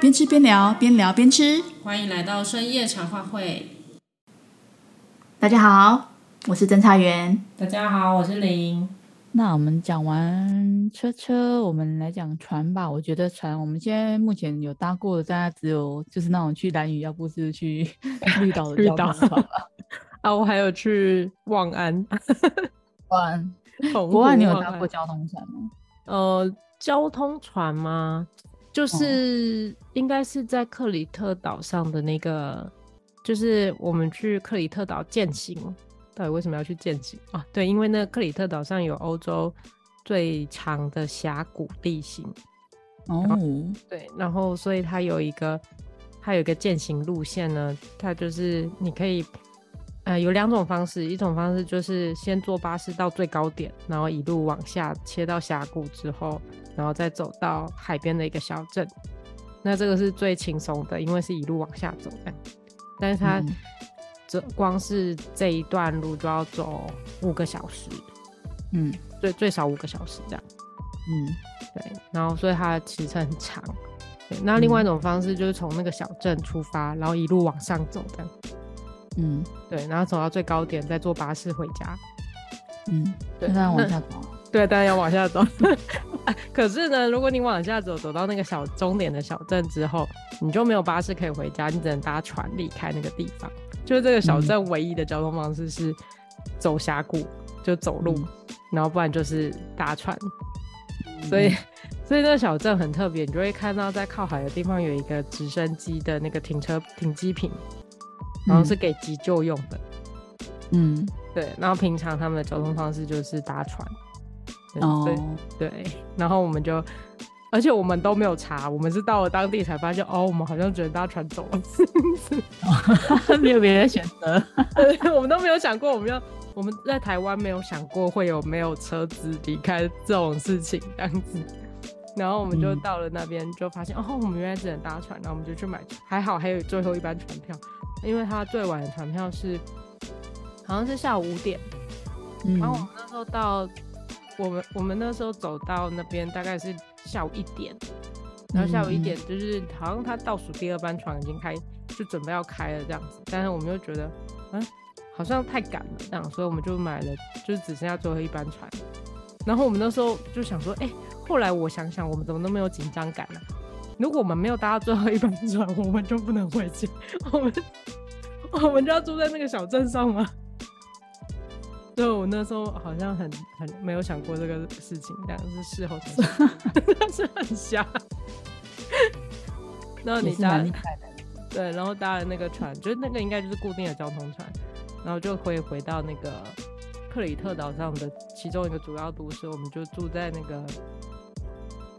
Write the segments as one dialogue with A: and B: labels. A: 边吃边聊，边聊边吃。
B: 欢迎来到深夜茶话会。
A: 大家好，我是侦查员。
B: 大家好，我是林。
C: 那我们讲完车车，我们来讲船吧。我觉得船，我们现在目前有搭过的，大概只有就是那种去蓝屿，要不是去 绿岛的
D: 绿
C: 交
D: 岛
C: 通船吧。
D: 啊，我还有去望安，
C: 不然
D: 澎
C: 国外
D: 湖
C: 你有
D: 望
C: 搭
D: 安
C: 过交通船吗？
D: 呃交通船吗？就是、应该是在克里特岛上的那个，就是我们去克里特岛践行。到底为什么要去践行啊？对，因为那个克里特岛上有欧洲最长的峡谷地形，啊
C: 哦，
D: 对，然后所以它有一个，它有一个践行路线呢，它就是你可以，呃，有两种方式，一种方式就是先坐巴士到最高点，然后一路往下切到峡谷之后，然后再走到海边的一个小镇，那这个是最轻松的，因为是一路往下走的，但是它
C: 嗯
D: 这光是这一段路就要走五个小时，
C: 嗯
D: 最最少五个小时这样。
C: 嗯，
D: 对，然后所以它的时程很长。对，那另外一种方式就是从那个小镇出发，然后一路往上走这样。
C: 嗯
D: 对，然后走到最高点，再坐巴士回家。
C: 嗯，
D: 对
C: 那当然往
D: 那
C: 下走。
D: 对，当然要往下走。 啊可是呢，如果你往下走，走到那个小终点的小镇之后，你就没有巴士可以回家，你只能搭船离开那个地方。就是这个小镇唯一的交通方式是走峡谷，就走路，
C: 嗯
D: 然后不然就是搭船。 所
C: 嗯
D: 以，所以那个小镇很特别，你就会看到在靠海的地方有一个直升机的那个停车停机坪，然后是给急救用的。
C: 嗯
D: 对，然后平常他们的交通方式就是搭船。对 所以
C: 哦，
D: 对，然后我们就，而且我们都没有查，我们是到了当地才发现，哦，我们好像只能搭船走了，
C: 没有别的选择。
D: 我们都没有想过我们要。我们在台湾没有想过会有没有车子离开这种事情这样子，然后我们就
C: 嗯
D: 到了那边就发现、哦，我们原来只能搭船，然后我们就去买，还好还有最后一班船票，因为它最晚的船票是好像是下午五点，
C: 嗯
D: 然后我们那时候到，我们我们那时候走到那边大概是下午一点，然后下午一
C: 嗯嗯
D: 点就是好像他倒数第二班船已经开，就准备要开了这样子，但是我们又觉得，嗯，好像太赶了这样，所以我们就买了，就只剩下最后一班船。然后我们那时候就想说，哎、后来我想想，我们怎么都没有紧张感呢、啊如果我们没有搭到最后一班船，我们就不能回家， 我们我们就要住在那个小镇上吗？对，我那时候好像很很没有想过这个事情，但是事后才想， 但是很瞎。然后
C: 也
D: 你
C: 是
D: 搭
C: 蛮厉害的。
D: 对，然后搭了那个船，就是那个应该就是固定的交通船，然后就会回到那个克里特岛上的其中一个主要都市，我们就住在那个，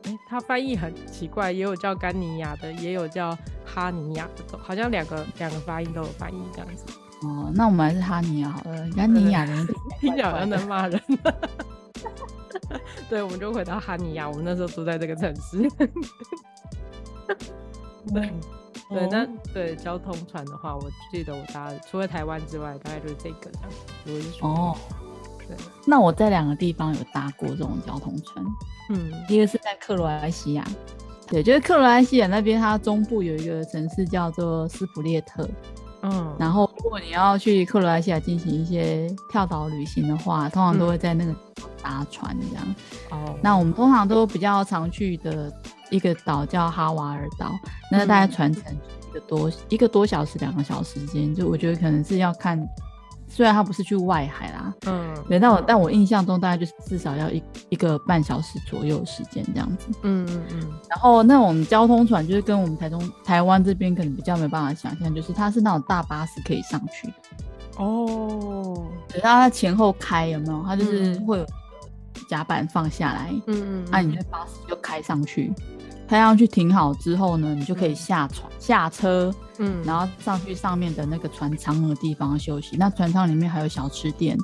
D: 哎，它翻译很奇怪，也有叫甘尼亚的，也有叫哈尼亚的，好像两个两个发音都有翻译这样子。
C: 哦，那我们还是哈尼亚好了，哈尼亚 人
D: 听起来好
C: 怪
D: 像
C: 怪的
D: 在骂人。 对，我们就回到哈尼亚，我们那时候住在这个城市。 对，对，
C: 哦
D: 那对交通船的话，我记得我搭除了台湾之外，大概就是这个这样。我是说，
C: 哦，
D: 对，
C: 那我在两个地方有搭过这种交通船，
D: 嗯
C: 一个是在克罗埃西亚，对，就是克罗埃西亚那边，它中部有一个城市叫做斯普列特。
D: 嗯，
C: 然后，如果你要去克罗埃西亚进行一些跳岛旅行的话，通常都会在那个地方搭船这样。
D: 哦，
C: 那我们通常都比较常去的一个岛叫哈瓦尔岛，那大概船程一个多、一个多小时、两个小时之间，就我觉得可能是要看，虽然它不是去外海啦，
D: 嗯
C: 对，但我但我印象中大概就是至少要一一个半小时左右的时间这样子。
D: 嗯嗯嗯，
C: 然后那种交通船就是跟我们台中台湾这边可能比较没有办法想象，就是它是那种大巴士可以上去的，
D: 哦，
C: 对，然后它前后开有没有？它就是
D: 嗯
C: 会有一个甲板放下来，
D: 嗯嗯，
C: 那、你就巴士就开上去，开上去停好之后呢，你就可以下船、下车，
D: 嗯，
C: 然后上去上面的那个船舱那个地方休息。那船舱里面还有小吃店，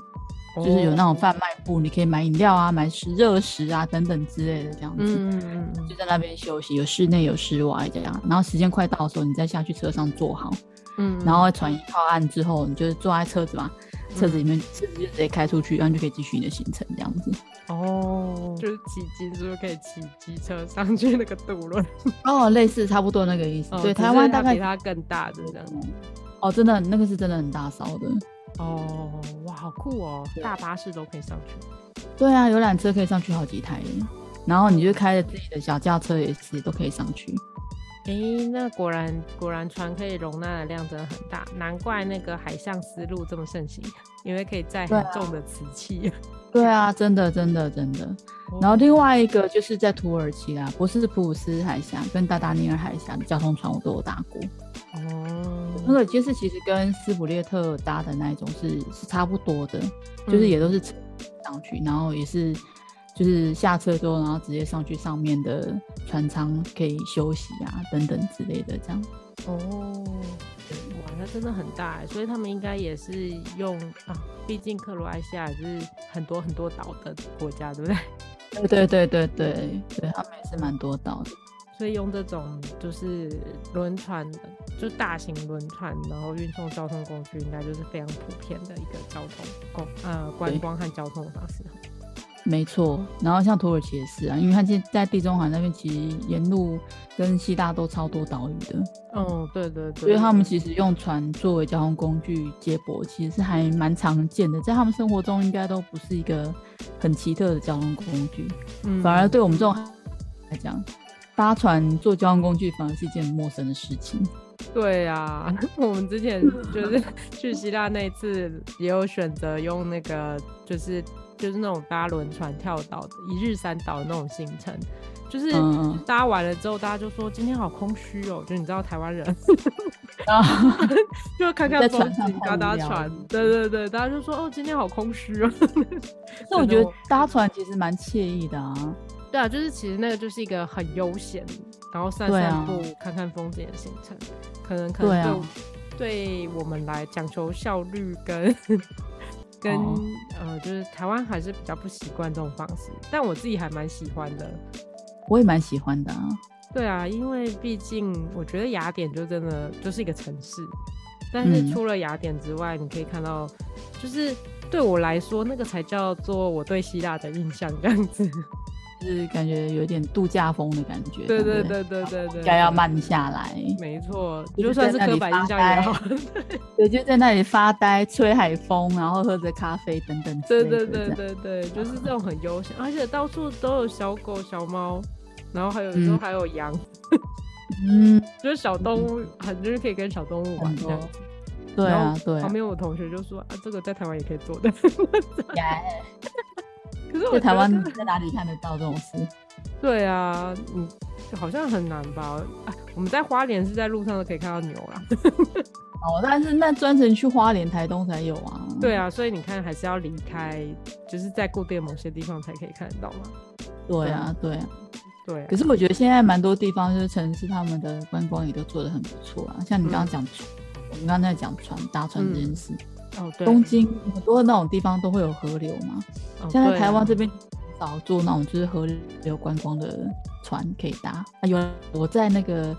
C: 就是
D: 哦
C: 有那种贩卖部，你可以买饮料啊、买食热食啊等等之类的这样子。
D: 嗯，嗯嗯嗯
C: 就在那边休息，有室内有室外这样。然后时间快到的时候，你再下去车上坐好，
D: 嗯，
C: 然后船一靠岸之后，你就是坐在车子嘛，车子里面，车子就直接开出去，然后你就可以继续你的行程这样子。
D: 哦，就是骑机是不是可以骑机车上去那个渡轮？
C: 哦，类似差不多那个意思。
D: 哦
C: 对，
D: 只是
C: 台湾
D: 它
C: 大概
D: 比它更大的这样。
C: 哦，真的那个是真的很大烧的。
D: 哦，哇，好酷哦！
C: 对
D: 大巴士都可以上去。
C: 对啊，游览车可以上去好几台耶，然后你就开着自己的小轿车也是都可以上去。
D: 诶，那果然果然船可以容纳的量真的很大，难怪那个海上丝路这么盛行，因为可以载
C: 对啊
D: 很重的瓷器。
C: 对啊，真的真的真的。然后另外一个就是在土耳其啦，不是普鲁斯海峡跟达达尼尔海峡的交通船我都有搭过。土
D: 哦，
C: 耳其是其实跟斯普列特搭的那一种是是差不多的，就是
D: 嗯
C: 也都是车上去，然后也是就是下车之后，然后直接上去上面的船舱可以休息啊等等之类的这样。
D: 哦，哇，那真的很大欸，所以他们应该也是用啊，毕竟克罗埃西亚也是很多很多岛的国家，对不对？
C: 对对对对对对，他们也是蛮多岛的。
D: 所以用这种就是轮船，就大型轮船，然后运送交通工具，应该就是非常普遍的一个交通工呃观
C: 对
D: 光和交通的方式。
C: 没错，然后像土耳其也是啊，因为它现在在地中海那边，其实沿路跟希腊都超多岛屿的，
D: 嗯，对对对，
C: 所以他们其实用船作为交通工具接驳，其实是还蛮常见的，在他们生活中应该都不是一个很奇特的交通工具，
D: 嗯
C: 反而对我们这种来讲，搭船做交通工具反而是一件陌生的事情。
D: 对啊， 我们之前
C: 嗯
D: 就是去希腊那一次，也有选择用那个就是就是那种搭轮船跳岛的一日三岛的那种行程，就是
C: 嗯嗯
D: 搭完了之后，大家就说今天好空虚哦，就你知道台 湾人
C: 然后
D: 就看看
C: 啊在
D: 风
C: 船上
D: 景，
C: 太
D: 搭
C: 无
D: 搭
C: 聊
D: 船
C: 了，
D: 对对对，大家就说哦今天好空 虚哦，
C: 所以
D: 可
C: 我觉
D: 能
C: 得搭船其实蛮惬意的啊。
D: 对啊，就是其实那个就是一个很悠闲，然后散
C: 对
D: 散
C: 啊
D: 步、看看风景的行程，可能可能对,、
C: 对啊
D: 对我们来讲求效率 跟跟、
C: 哦
D: 呃，就是台湾还是比较不习惯这种方式，但我自己还蛮喜欢的。
C: 我也蛮喜欢的啊。
D: 对啊，因为毕竟我觉得雅典就真的就是一个城市，但是
C: 嗯
D: 除了雅典之外，你可以看到，就是对我来说，那个才叫做我对希腊的印象这样子。
C: 就是感觉有点度假风的感觉，
D: 对
C: 不
D: 对对对对对，
C: 应该要慢下来，
D: 没错，
C: 就
D: 就是算是
C: 在那
D: 刻
C: 里
D: 板
C: 发
D: 印象也
C: 呆
D: 好。
C: 对，就在那里发呆、吹海风，然后喝着咖啡等等之
D: 对
C: 类
D: 对
C: 的
D: 对
C: 这样
D: 对对，就是这种很悠闲，而且到处都有小狗、小猫，然后还有都
C: 嗯
D: 还有羊，
C: 嗯，
D: 就是小动物，很就是可以跟小动物玩
C: 很
D: 这
C: 多
D: 样子。
C: 对
D: 哦然
C: 啊
D: 后
C: 对啊
D: 旁，边我同学就说啊，这个在台湾也可以做的，
C: 耶
D: 可是我
C: 啊在台湾
D: 觉得
C: 在哪里看得到这种事？
D: 对啊，嗯，好像很难吧？啊，我们在花莲是在路上都可以看到牛 啦。
C: 哦，但是那专程去花莲、台东才有啊。
D: 对啊，所以你看还是要离开，就是在固定的某些地方才可以看得到嘛。
C: 对啊对啊。
D: 对啊
C: 可，是我觉得现在蛮多地方就是城市，他们的观光也都做得很不错啊。像你
D: 嗯
C: 刚刚讲船，我们刚才讲船搭船这件事，
D: 哦对，
C: 东京很多那种地方都会有河流嘛，
D: 哦
C: 现在
D: 对
C: 台
D: 啊
C: 湾这边很少坐那种就是河流观光的船可以搭。啊，有我在那个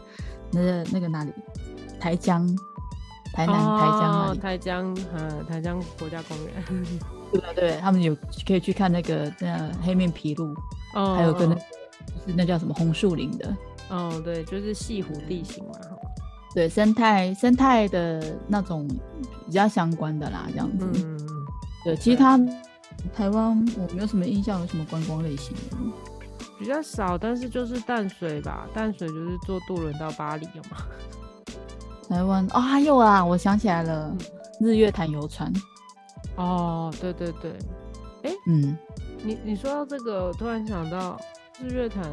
C: 那个那个哪里，台江，台南、台江那
D: 哦
C: 里，
D: 台江，呃，台江国家公园，
C: 对对对，他们有可以去看那个那黑面琵鹭，
D: 哦
C: 还有跟那个就是那叫什么红树林的，
D: 哦，对，就是西湖地形嘛，哈
C: 对生态生态的那种比较相关的啦，这样子。
D: 嗯，
C: 对，其他台湾我没有什么印象有什么观光类型的。
D: 比较少，但是就是淡水吧，淡水就是坐渡轮到巴黎了嘛，
C: 台湾哦，还有啊，我想起来了
D: 嗯，
C: 日月潭游船。
D: 哦，对对对，
C: 嗯，
D: 你你说到这个，我突然想到日月潭，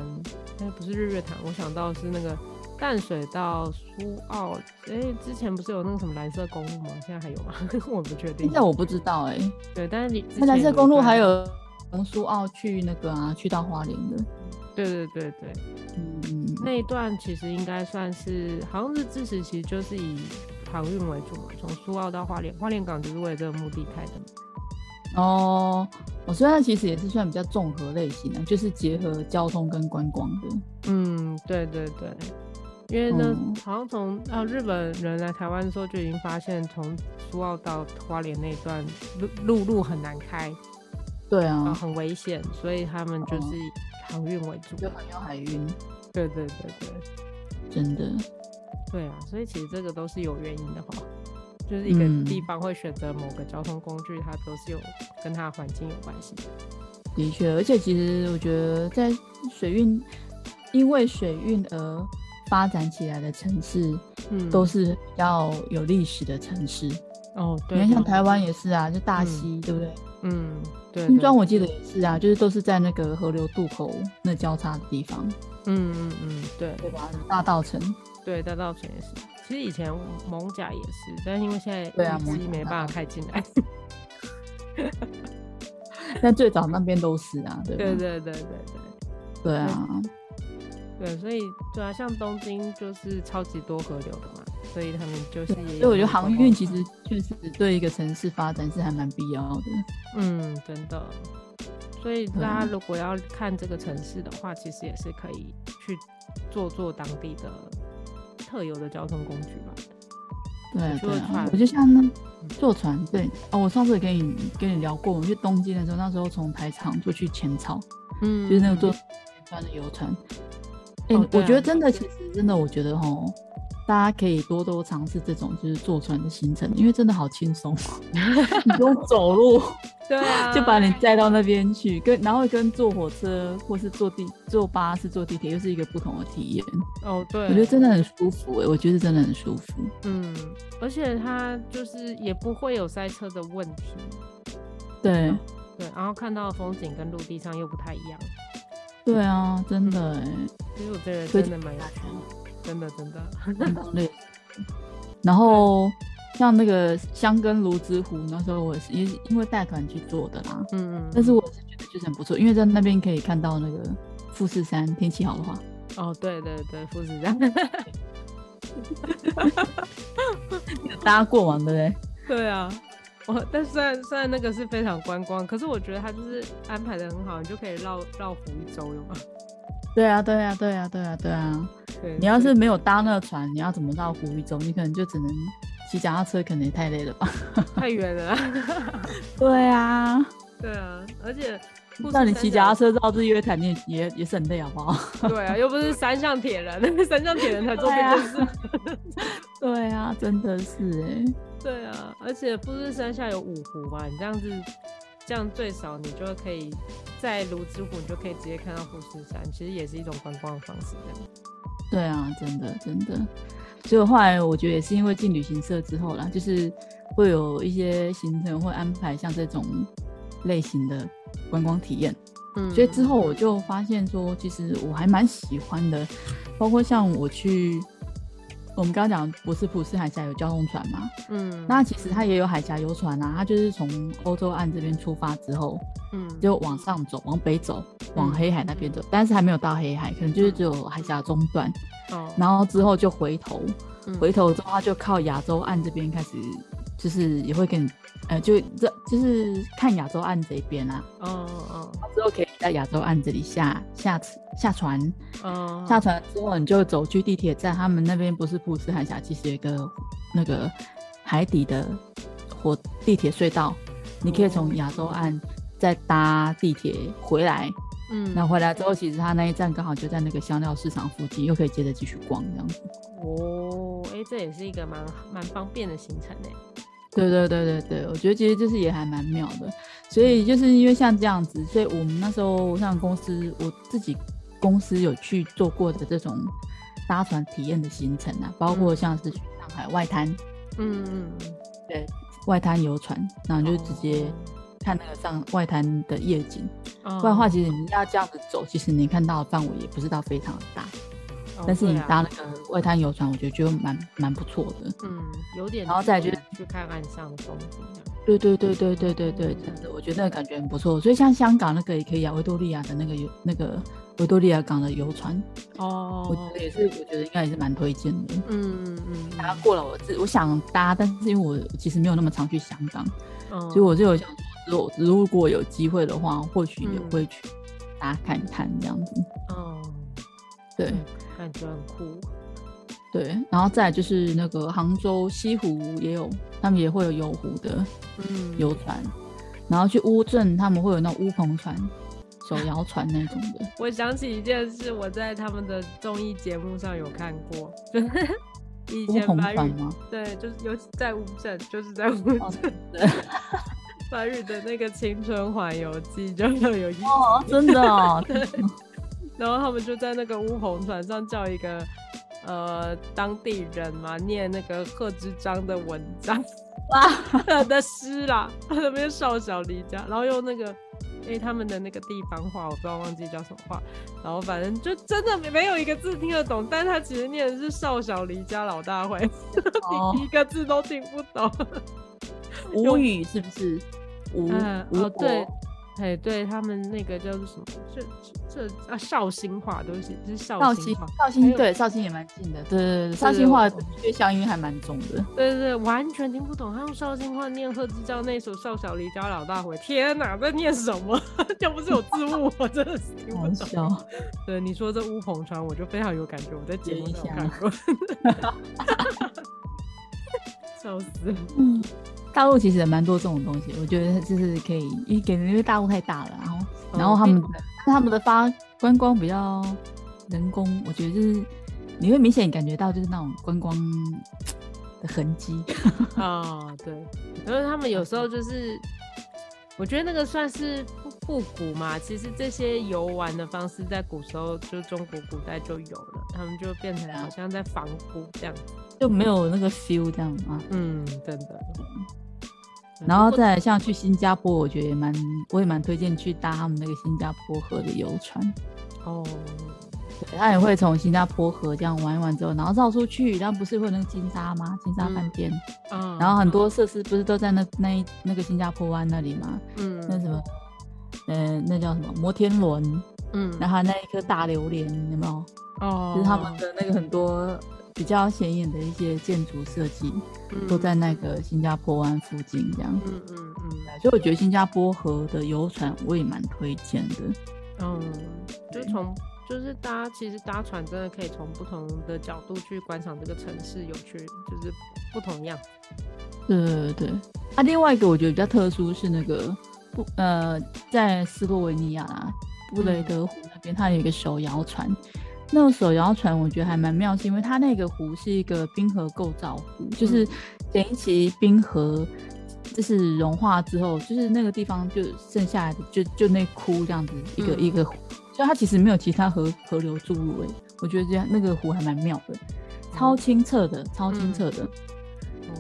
D: 哎、不是日月潭，我想到是那个淡水到苏澳，哎、之前不是有那个什么蓝色公路吗？现在还有吗？ 我不确定，
C: 现在我不知道哎、
D: 对，但是你之
C: 那蓝
D: 前
C: 色
D: 一
C: 公路
D: 段
C: 还，有从苏澳去那个啊，去到花莲的。
D: 对对对对。
C: 嗯，
D: 那一段其实应该算是，好像日治时期就是以航运为主嘛，从苏澳到花莲，花莲港就是为了这个目的开的嘛。
C: 哦，我虽然其实也是算比较综合类型的，就是结合交通跟观光的。
D: 嗯，对对对，因为呢，
C: 嗯
D: 好像从啊日本人来台湾的时候就已经发现，从苏澳到花莲那一段路路路很难开，
C: 对
D: 然后
C: 啊，
D: 很危险，所以他们就
C: 哦
D: 是以航运为主。
C: 就很有海运，
D: 对对对对
C: 真的，
D: 对啊，所以其实这个都是有原因的哈，就是一个
C: 嗯
D: 地方会选择某个交通工具，它都是有跟它的环境有关系的。
C: 的确，而且其实我觉得在水运，因为水运而发展起来的城市，
D: 嗯，
C: 都是比较有历史的城市。
D: 哦，
C: 你
D: 对，
C: 看，像
D: 对
C: 台湾也是啊，就大
D: 嗯
C: 溪，对不对？
D: 嗯，对，
C: 新
D: 对
C: 庄我记得也是啊，就是都是在那个河流渡口那交叉的地方，
D: 嗯嗯嗯，对
C: 对吧？大道城，
D: 对，大稻城也是。其实以前蒙甲也是，但是因为现在
C: 对啊
D: 雨
C: 蒙
D: 季
C: 甲
D: 没
C: 大
D: 办
C: 稻
D: 法开进来。
C: 但最早那边都是啊，对吧？
D: 对对对对对
C: 对啊，
D: 对，所以对啊，像东京就是超级多河流的嘛，所以他们就是也有那种。
C: 所以我觉得航运其实确实对一个城市发展是还蛮必要的。
D: 嗯，真的。所以
C: 对
D: 大
C: 啊
D: 家如果要看这个城市的话，其实也是可以去做做当地的特有的交通工具吧。
C: 对啊
D: 坐
C: 对啊
D: 船，
C: 我就像那坐船，对哦，我上次也跟你跟你聊过，我们去东京的时候，那时候从台场坐去浅草，
D: 嗯
C: 就是那个坐船的游船。哎、
D: 哦对
C: 我
D: 啊
C: 觉得真的，其实真的，我觉得吼，大家可以多多尝试这种就是坐船的行程，因为真的好轻松，你不用走路
D: 对啊，
C: 就把你载到那边去，跟然后跟坐火车或是坐地坐巴士、坐地铁又是一个不同的体验。
D: 哦，对，
C: 我觉得真的很舒服、哎，我觉得真的很舒服。
D: 嗯，而且它就是也不会有塞车的问题，
C: 对，
D: 对，然后看到的风景跟陆地上又不太一样。
C: 对啊，真的哎、
D: 其实我这个人
C: 推
D: 真的
C: 荐
D: 蛮有趣的，真的真的。
C: 运动类。嗯然后像那个香根芦之湖，那时候我也是也是因为带团去做的啦，
D: 嗯，
C: 但是我是觉得就是很不错，因为在那边可以看到那个富士山，天气好的话，
D: 哦，对对对，富士山，
C: 有搭过嘛，对不对？
D: 对啊。我但虽然虽然那个是非常观光，可是我觉得它就是安排的很好，你就可以绕绕湖一周了嘛。
C: 对啊，对啊，对啊，对啊，对啊！
D: 对，
C: 你要
D: 所
C: 是
D: 以
C: 没有搭那个船，你要怎么到湖一周？你可能就只能骑脚踏车，可能也太累了吧？
D: 太远了啊，
C: 对啊，
D: 对啊，而且富士
C: 那你
D: 山
C: 骑
D: 脚
C: 脚踏车绕日月潭，你也也也是很累，好不好？
D: 对啊，又不是三项铁人， 三项铁人才做这
C: 对啊
D: 件事。
C: 对啊，真的是哎、
D: 对啊，而且富士山下有五湖嘛，你这样子，这样最少你就可以在泸沽湖，你就可以直接看到富士山，其实也是一种观光的方式。这样，
C: 对啊，真的真的。所以我后来我觉得也是因为进旅行社之后啦，就是会有一些行程会安排像这种类型的观光体验，
D: 嗯
C: 所以之后我就发现说，其实我还蛮喜欢的，包括像我去。我们刚刚讲博斯普斯海峡有交通船嘛？
D: 嗯，
C: 那其实它也有海峡游船啊，它就是从欧洲岸这边出发之后，
D: 嗯
C: 就往上走，往北走，往黑海那边走，但是还没有到黑海，可能就是只有海峡中段。
D: 哦，
C: 然后之后就回头，
D: 嗯
C: 回头之后他就靠亚洲岸这边开始，就是也会跟你，呃，就这就是看亚洲岸这边啊，
D: 哦哦
C: 之后可以在亚洲岸这里下下下船，
D: 哦，
C: 下船之后你就走去地铁站，他们那边不是布斯海峡，其实有一个那个海底的火地铁隧道，你可以从亚洲岸再搭地铁回来，
D: 嗯，
C: 那回来之后其实他那一站刚好就在那个香料市场附近，又可以接着继续逛这样子。
D: 哦，哎、这也是一个蛮蛮方便的行程呢。
C: 对对对对对，我觉得其实就是也还蛮妙的，所以就是因为像这样子，所以我们那时候像公司我自己公司有去做过的这种搭船体验的行程啊，包括像是去上海外滩，
D: 嗯嗯嗯，
C: 对，外滩游船，然后就直接
D: 哦
C: 看那个上外滩的夜景。
D: 哦
C: 不然的话，其实你要这样子走，其实你看到的范围也不是到非常的大，
D: 哦
C: 但是你
D: 对啊
C: 搭那个外滩游船，我觉得就蛮蛮不错的。
D: 嗯有点，
C: 然后再就是
D: 去看岸上的风景啊这样。
C: 对对对对对对对，真的，我觉得那个感觉很不错。所以像香港那个也可以啊，维多利亚的那个游那个维多利亚港的游船，
D: 哦，
C: 我觉得也是，我觉得应该也是蛮推荐的。
D: 嗯嗯嗯，
C: 搭过了我自我想搭，但是因为我其实没有那么常去香港，
D: 嗯
C: 所以我就有想说，如如果有机会的话，或许也
D: 嗯
C: 会去搭看看这样子。
D: 哦，
C: 对，
D: 感觉很酷。
C: 对，然后再来就是那个杭州西湖也有，他们也会有游湖的
D: 嗯，
C: 游船，然后去乌镇他们会有那种乌篷船、手摇船那种的。
D: 我想起一件事，我在他们的综艺节目上有看过， 就是以
C: 乌
D: 前
C: 篷
D: 白
C: 船
D: 宇
C: 吗？
D: 对，就是尤其在乌镇，就是在乌
C: 哦
D: 镇， 白宇的那个青春环游记就有一
C: 哦，真的 哦，
D: 然后他们就在那个乌篷船上叫一个呃当地人嘛，念那个贺知章的文章 哇的诗啦，他那边少小离家，然后用那个。诶，他们的那个地方话，我不知道忘记叫什么话，然后反正就真的没有一个字听得懂，但他其实念的是少小离家老大 回，
C: 哦
D: 一个字都听不懂。
C: 吴语是不是？吴
D: 嗯，
C: 吴
D: 哦
C: 国
D: 对，哎，对他们那个叫做什么？这这啊绍兴话，对不起，这是绍
C: 绍
D: 兴
C: 兴
D: 话。，
C: 绍
D: 还
C: 兴
D: 有
C: 对绍兴也蛮近的，对对对，绍兴话的确乡音还蛮重的。
D: 对对对，完全听不懂。他用绍兴话念贺知章那首《少小离家老大回》，天哪，在念什么？ 要不是有字幕，我真的是听 不
C: 好笑
D: 懂。，对，你说这乌篷船，我就非常有感觉，我在节目上有看过。 笑死！
C: 嗯，大陆其实也蛮多这种东西，我觉得就是可以，因为给因为大陆太大了，然后
D: 哦
C: 然后他们的、他们的发观光比较人工，我觉得就是你会明显感觉到就是那种观光的痕迹。
D: 啊，对，因为他们有时候就是，我觉得那个算是复复古嘛。其实这些游玩的方式在古时候就中国古代就有了，他们就变成
C: 啊
D: 好像在仿古这样。
C: 就没有那个 feel 这样啊。
D: 嗯，真的。
C: 然后
D: 不过
C: 再来像去新加坡，我觉得也蛮，我也蛮推荐去搭他们那个新加坡河的游船，
D: 哦，
C: 对他也会从新加坡河这样玩一玩之后，然后绕出去，然后不是会有那个金沙吗？金沙饭店，
D: 嗯
C: 然后很多设施不是都在那那一那个新加坡湾那里吗？
D: 嗯
C: 那什么，呃，那叫什么摩天轮，
D: 嗯
C: 然后还有那一颗大榴莲，有没有？
D: 哦，
C: 就是他们的那个很多比较显眼的一些建筑设计都在那个新加坡湾附近这样。
D: 嗯嗯嗯
C: 所以我觉得新加坡河的游船我也蛮推荐的。
D: 嗯，就从就是搭其实搭船真的可以从不同的角度去观赏这个城市有趣，就是不同样。
C: 对对对对。啊，另外一个我觉得比较特殊是那个布呃，在斯洛维尼亚啦，布雷德湖那边，它有一个手摇船。那个手摇船我觉得还蛮妙，是因为它那个湖是一个冰河构造湖，就是前一期冰河就是融化之后，就是那个地方就剩下来的就就那窟这样子一个、
D: 嗯
C: 一个湖，所以它其实没有其他河河流注入、欸。我觉得这样那个湖还蛮妙的，超清澈的，超清澈的。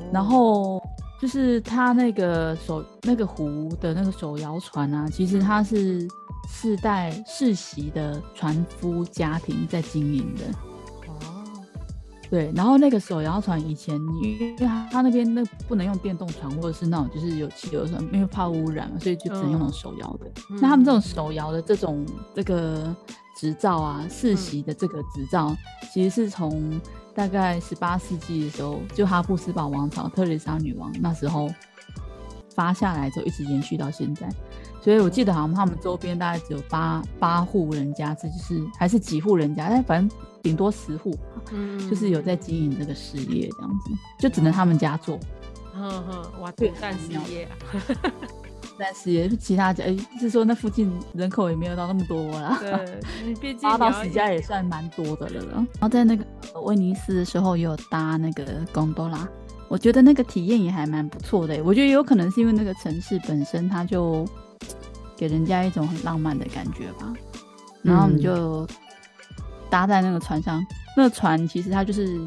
C: 然后就是它那个手那个湖的那个手摇船啊，其实它是世代世袭的船夫家庭在经营的。
D: 哦，
C: 对，然后那个手摇船以前，因为它它那边那不能用电动船，或者是那种就是有汽油船，因为怕污染嘛，所以就只能用那种手摇的。
D: 嗯
C: 那他们这种手摇的这种这个执照啊，世
D: 嗯
C: 袭的这个执照，其实是从大概十八世纪的时候，就哈布斯堡王朝特蕾莎女王那时候发下来之后，一直延续到现在。所以我记得好像他们周边大概只有八八户人家，这就是还是几户人家，但反正顶多十户吧。
D: 嗯
C: 就是有在经营这个事业这样子，就只能他们家做
D: 哼哼，哇，独
C: 对
D: 占
C: 很
D: 事
C: 妙
D: 业啊！
C: 但事业，其他家，哎、是说那附近人口也没有到那么多啦，
D: 对，你毕竟
C: 八到
D: 你要
C: 十
D: 一
C: 家也算蛮多的了啦。然后在那个威尼斯的时候，也有搭那个贡多拉，我觉得那个体验也还蛮不错的、欸我觉得有可能是因为那个城市本身它就给人家一种很浪漫的感觉吧。然后我们
D: 嗯
C: 就搭在那个船上。那个船其实它就是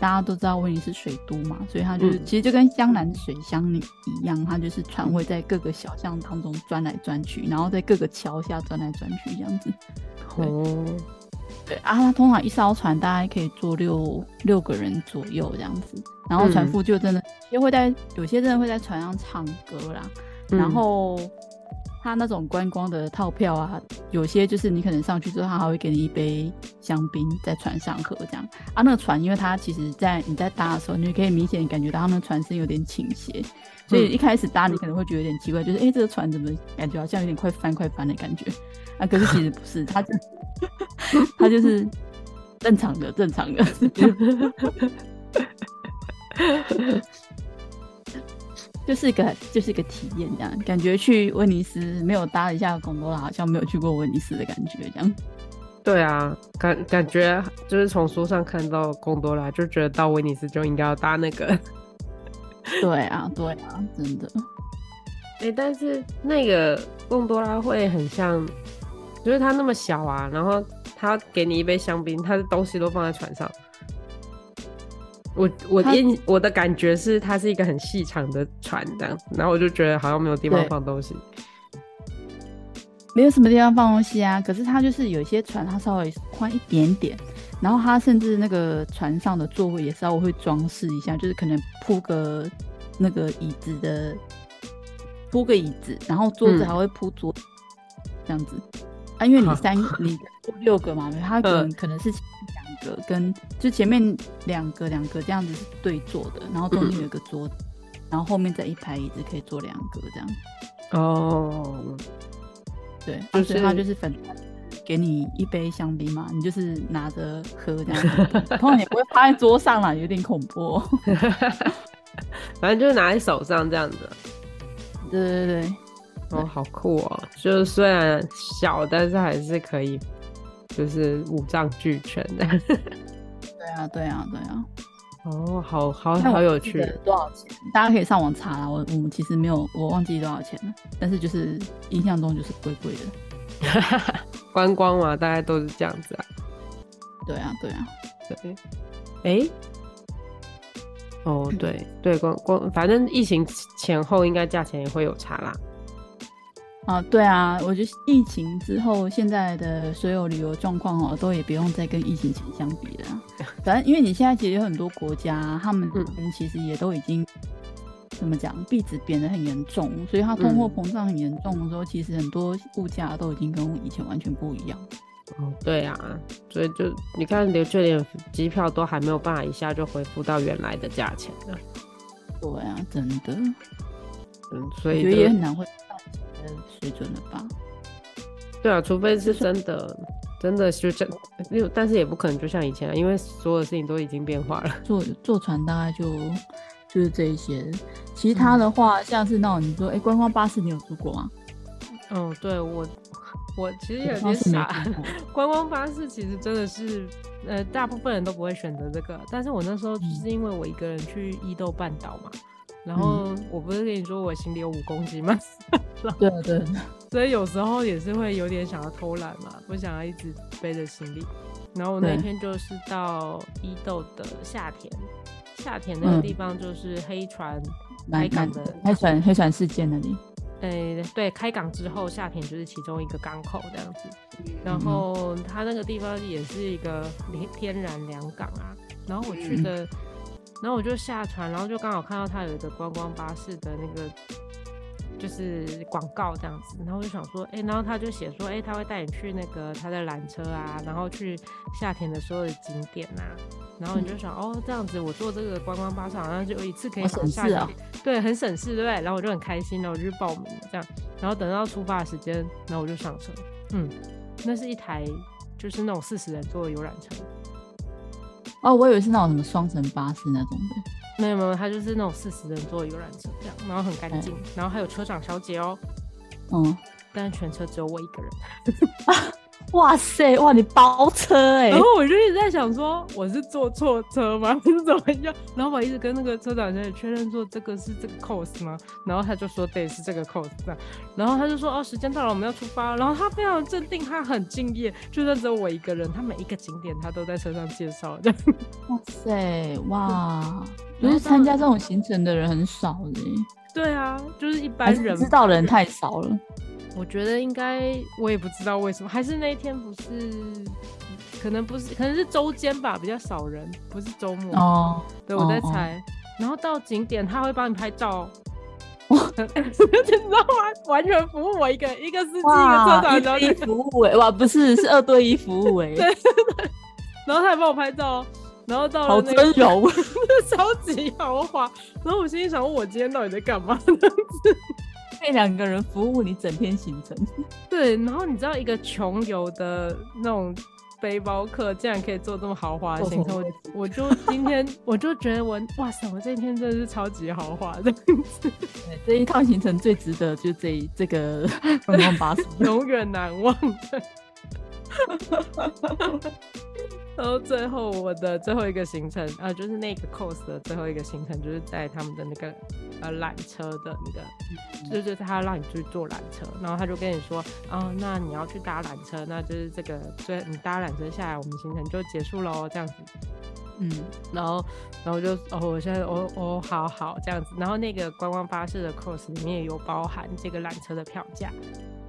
C: 大家都知道威尼斯水都嘛，所以它就是、
D: 嗯
C: 其实就跟江南水乡一样，它就是船会在各个小巷当中钻来钻去，然后在各个桥下钻来钻去这样子。对
D: 哦，
C: 对啊，它通常一艘船大概可以坐六六个人左右这样子，然后船
D: 嗯
C: 夫就真的有些会在有些真的会在船上唱歌啦，
D: 嗯
C: 然后他那种观光的套票啊，有些就是你可能上去之后，他还会给你一杯香槟在船上喝这样啊。那个船，因为它其实在你在搭的时候，你可以明显感觉到他们的船身有点倾斜，所以一开始搭你可能会觉得有点奇怪，就是诶这个船怎么感觉好像有点快 翻快翻的感觉啊？可是其实不是，它就它就是正常的，正常的。就是一个就是一个体验这样，感觉去威尼斯没有搭一下贡多拉，好像没有去过威尼斯的感觉这样。
D: 对啊，感感觉就是从书上看到贡多拉，就觉得到威尼斯就应该要搭那个。
C: 对啊，对啊，真的。
D: 哎、但是那个贡多拉会很像，就是它那么小啊，然后它给你一杯香槟，它的东西都放在船上。我我
C: 它
D: 印我的感觉是，它是一个很细长的船这样，然后我就觉得好像没有地方
C: 对
D: 放东西。
C: 没有什么地方放东西啊，可是它就是有一些船，它稍微宽一点点，然后它甚至那个船上的座位也稍微会装饰一下，就是可能铺个那个椅子的，铺个椅子，然后桌子
D: 嗯
C: 还会铺桌、这样子。啊，因为你
D: 好
C: 三你六个嘛，它可能
D: 嗯
C: 可能是前面两个跟就前面两个两个这样子是对坐的，然后中间有一个桌子，然后后面再一排椅子可以坐两个这样。
D: 哦，
C: 对，
D: 就
C: 啊所以他
D: 是
C: 就是粉给你一杯香槟嘛，你就是拿着喝这样子，通常也不会趴在桌上啦，有点恐怖、哦。
D: 反正就是拿在手上这样子。
C: 对对对，
D: 哦，好酷哦！就是虽然小，但是还是可以，就是五脏俱全的。
C: 对啊对啊对啊，
D: 哦，好好
C: 但我
D: 好有
C: 记
D: 趣
C: 得多少钱？大家可以上网查啦，我我们其实没有，我忘记多少钱了，但是就是印象中就是贵贵的。
D: 观光嘛，大概都是这样子啊。
C: 对啊对啊，
D: 对，哎、哦，
C: 嗯
D: 对对，光光，反正疫情前后应该价钱也会有差啦。
C: 啊对啊，我觉得疫情之后现在的所有旅游状况哦，都也不用再跟疫情前相比了啊。反正因为你现在其实有很多国家，他们
D: 嗯
C: 其实也都已经怎么讲，币值贬得很严重，所以它通货
D: 嗯
C: 膨胀很严重的时候，其实很多物价都已经跟以前完全不一样。
D: 哦，对啊，所以就你看，连就连机票都还没有办法一下就恢复到原来的价钱呢。
C: 对啊，真的，
D: 嗯，
C: 我
D: 所以
C: 觉得
D: 这
C: 也很难会到以前的水准了吧？
D: 对啊，除非是真的，真的就这，又但是也不可能就像以前、啊，因为所有事情都已经变化了。
C: 坐坐船大概就就是这一些，
D: 嗯
C: 其他的话、像是那种你说，哎、观光巴士你有坐过 吗？
D: 哦，对我，我其实有
C: 我
D: 点
C: 倒是没
D: 傻。
C: 坐过
D: 观光巴士其实真的是，呃，大部分人都不会选择这个。但是我那时候
C: 嗯
D: 就是因为我一个人去伊豆半岛嘛，然后我不是跟你说我行李有五公斤吗？
C: 对啊对对，
D: 所以有时候也是会有点想要偷懒嘛，不想要一直背着行李。然后我那
C: 对
D: 天就是到伊豆的下田，下田那个
C: 嗯
D: 地方就是黑船开
C: 蛮
D: 港
C: 蛮
D: 的，
C: 黑船黑船事件那里，
D: 诶、对，开港之后下田就是其中一个港口这样子。然后它那个地方也是一个连天然良港啊。然后我去的，然后我就下船，然后就刚好看到它有一个观光巴士的那个就是广告这样子，然后我就想说，哎、然后他就写说，哎、他会带你去那个他的缆车啊，然后去夏天的所有的景点啊。然后你就想、哦，这样子我坐这个观光巴士好像就一次可以
C: 嗯好省
D: 把夏
C: 事
D: 天
C: 哦
D: 对，很省事，对不对？然后我就很开心，然后我就去报名了这样。然后等到出发的时间，然后我就上车，嗯，那是一台就是那种四十人坐的游览车，
C: 哦，我以为是那种什么双层巴士那种的。
D: 没有没有，它就是那种四十人坐的游览车这样，然后很干净，然后还有车长小姐哦，
C: 嗯，
D: 但是全车只有我一个人。
C: 哇塞，哇，你包车哎、
D: 然后我就一直在想说，我是坐错车吗？ 是怎么样？然后我一直跟那个车长小姐确认说，这个是这个 cos 吗？然后他就说对，是这个 cos 这样然后他就说哦，时间到了，我们要出发。然后他非常镇定，他很敬业，就算只有我一个人，他每一个景点他都在车上介绍这样。
C: 哇塞，哇，
D: 然
C: 就
D: 后
C: 是参加
D: 当然
C: 这种行程的人很少的、欸，
D: 对啊，就是一般
C: 还是
D: 人
C: 知道的人太少了。
D: 我觉得应该，我也不知道为什么，还是那一天不是，可能不是，可能是周间吧，比较少人，不是周末。
C: 哦，
D: 对，我在
C: 哦哦
D: 猜。然后到景点他会帮你拍照、哦， 你知道吗？完全服务我一个一个司机一个车
C: 哇，
D: 长
C: 一
D: 小
C: 对
D: 姐
C: 一，服务哎、哇，不是，是二 对一服务哎、
D: 然后他还帮我拍照哦。然后到
C: 好
D: 了那个
C: 真柔。
D: 超级豪华，然后我心里想，我今天到底在干嘛？
C: 被两个人服务你整天行程，
D: 对，然后你知道一个穷游的那种背包客竟然可以做这么豪华的
C: 做
D: 行
C: 什
D: 程，
C: 么
D: 我我就今天我就觉得我哇塞，我这一天真的是超级豪华的，
C: 对这一趟行程最值得就是这一这个观光巴士。
D: 永远难忘的。 然后最后我的最后一个行程啊、呃就是那个 cos 的最后一个行程，就是在他们的那个呃缆车的那个，就是就是他让你去坐缆车，然后他就跟你说，啊、那你要去搭缆车，那就是这个最你搭缆车下来，我们行程就结束喽，这样子。
C: 嗯，
D: 然后，然后就哦，我现在哦哦，好好这样子。然后那个观光巴士的 course 里面也有包含这个缆车的票价。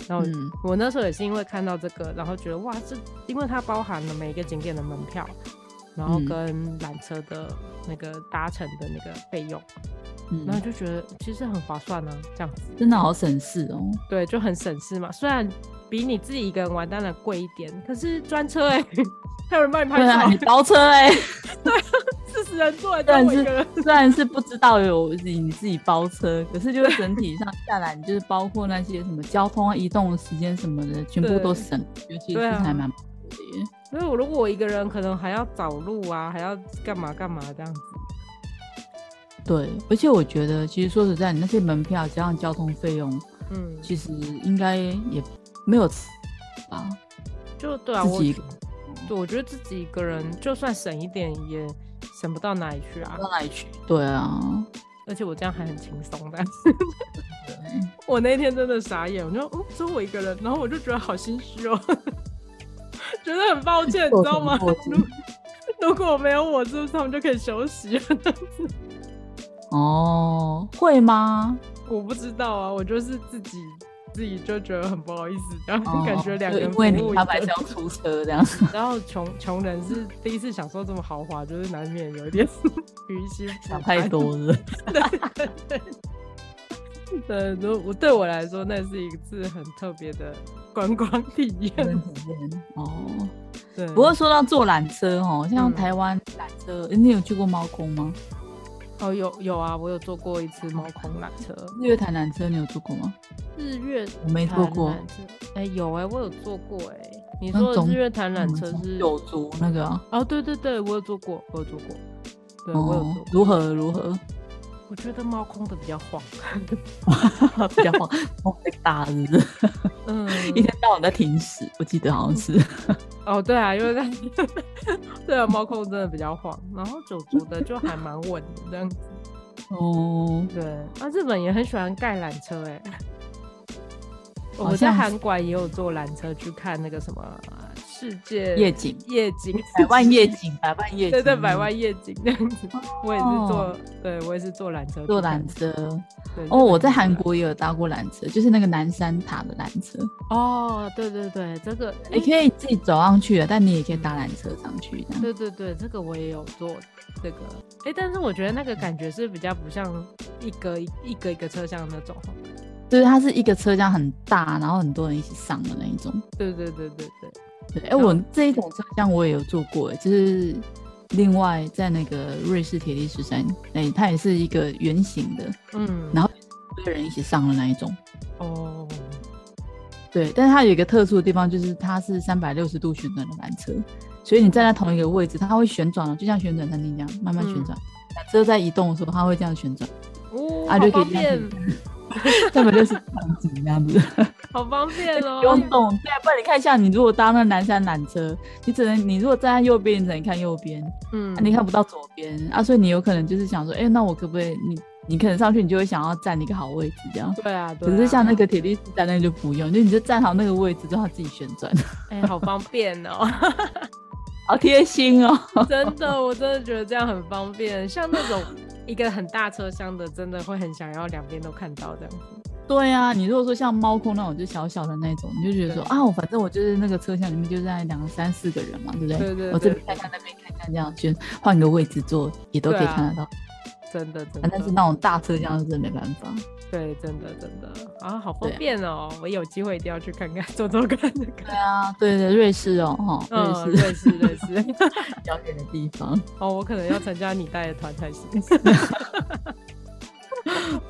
D: 然后
C: 嗯
D: 我那时候也是因为看到这个，然后觉得哇，这因为它包含了每一个景点的门票，然后
C: 嗯
D: 跟缆车的那个搭乘的那个费用，
C: 嗯，
D: 然后就觉得其实很划算啊，这样子。
C: 真的好省事哦。
D: 对，就很省事嘛。虽然比你自己一个人玩当然贵一点，可是专车哎、 还有人帮你拍
C: 对啊，你
D: 照，
C: 包车哎、
D: 四十人坐，
C: 虽
D: 就
C: 然
D: 我一个人
C: 是。 虽然是不知道有你你自己包车，可是就是整体上下来，你就是包括那些什么交通啊、移动的时间什么的，全部
D: 对
C: 都省，尤其是
D: 对啊
C: 还蛮不错的耶。
D: 所以我如果我一个人，可能还要找路啊，还要干嘛干嘛这样子。
C: 对，而且我觉得其实说实在，你那些门票加上交通费用，
D: 嗯，
C: 其实应该也没有吧，
D: 就对啊，
C: 自
D: 我
C: 己一个
D: 对我觉得自己一个人就算省一点，也省不到哪里去啊
C: 到。哪里去？对啊，
D: 而且我这样还很轻松的。
C: 嗯
D: 我那天真的傻眼，我就嗯，只有我一个人，然后我就觉得好心虚哦， 觉得很抱歉，你知道吗？
C: 做什么
D: 如如果没有我，是不是他们就可以休息了？
C: 哦，会吗？
D: 我不知道啊，我就是自己自己就觉得很不好意思，然后
C: 哦
D: 感觉两个人
C: 就因为
D: 服务
C: 你
D: 一
C: 他白
D: 个
C: 是要出车这样，
D: 然后穷穷人是第一次享受这么豪华，就是难免有一点 于心不
C: 想
D: 甘
C: 太。多了。
D: 对，就我对我来说，那是一次很特别的观光体验。
C: 哦，
D: 对，
C: 不过说到坐缆车哦，像
D: 嗯
C: 台湾缆车、诶你有去过猫空吗？
D: 哦，有有啊，我有坐过一次猫空缆车，
C: 日月潭缆车你有坐过吗？
D: 日月
C: 我没坐过
D: 潭缆车。哎、有哎、我有坐过哎、你
C: 那
D: 说的
C: 种
D: 日月潭缆车是？
C: 九族嗯那个啊、
D: 哦，对对对，我有坐过，我有坐过。对，我有
C: 哦
D: 坐，过。
C: 如何如何？
D: 我觉得猫空的比较晃。
C: 比较晃，晃太大日子，
D: 嗯，
C: 一天到晚在停驶，我记得好像是。
D: 哦，对啊，因为它 对啊，猫空真的比较晃，然后九族的就还蛮稳的这样子。嗯
C: 哦，
D: 对，啊，日本也很喜欢盖缆车 哎、我
C: 好
D: 们在
C: 像
D: 韩馆也有坐缆车去看那个什么世界
C: 夜景
D: 夜景，
C: 百万夜景，百万夜景，
D: 对
C: 哦
D: 对，百万夜景那样子。我也是坐，对我也是坐缆车去
C: 坐
D: 看
C: 缆。车。
D: 对
C: 哦，我在韩。
D: 日本也有
C: 国也有搭过缆车，就是那个南山塔的缆车，
D: 哦，对对对，这个
C: 你哎可以自己走上去的，但你也可以搭缆车上去这样。
D: 对对对，这个我也有做这个，哎，但是我觉得那个感觉是比较不像一个一个一个车厢那种，
C: 就是它是一个车厢很大，然后很多人一起上的那一种。
D: 对对对对对，
C: 对，哎、
D: 后
C: 我这一种车厢我也有坐过，哎就是另外在那个瑞士铁力十三，哎，它也是一个圆形的，
D: 嗯，
C: 然后一堆人一起上的那一种。
D: 哦，
C: 对，但是它有一个特殊的地方，就是它是三百六十度旋转的缆车，所以你站在同一个位置，它会旋转哦，就像旋转餐厅这样慢慢旋转。缆车在移动的时候，它会这样旋转，
D: 哦，
C: 啊
D: 好
C: 就可以
D: 方
C: 这样
D: 便，
C: 三百六十场景这样子。
D: 好方便哦，
C: 不用动，对，不然你看一下，你如果搭那南山缆车，你只能你如果站在右边，你只能看右边，
D: 嗯
C: 啊、你看不到左边啊，所以你有可能就是想说，哎、那我可不可以你你可能上去，你就会想要占一个好位置这样。
D: 对啊，对啊，
C: 可是像那个铁力士站那就不用，就你就站好那个位置，让它自己旋 转，
D: 哎，好方便 哦，
C: 好贴心哦。
D: 真的，我真的觉得这样很方便，像那 种一个很大车厢的，真的会很想要两边都看到这样子，
C: 对啊，你如果说像猫空那种就小小的那种，你就觉得说
D: 对
C: 啊，我反正我就是那个车厢里面就在两三四个人嘛，对不对？
D: 对对
C: 我这
D: 对
C: 边看看那边看看，这样就换个位置坐也都可以
D: 对啊
C: 看得到。
D: 真的真
C: 啊
D: 的，
C: 但是那种大车厢是真的没办法。
D: 对，真的真的啊，好方
C: 对啊
D: 便哦！我有机会一定要去看 看，走走看这个。
C: 对啊，对 对，瑞士哦，哈、
D: 嗯，
C: 瑞士
D: 认识认 识。
C: 遥远的地方。
D: 哦，我可能要参加你带的团才行。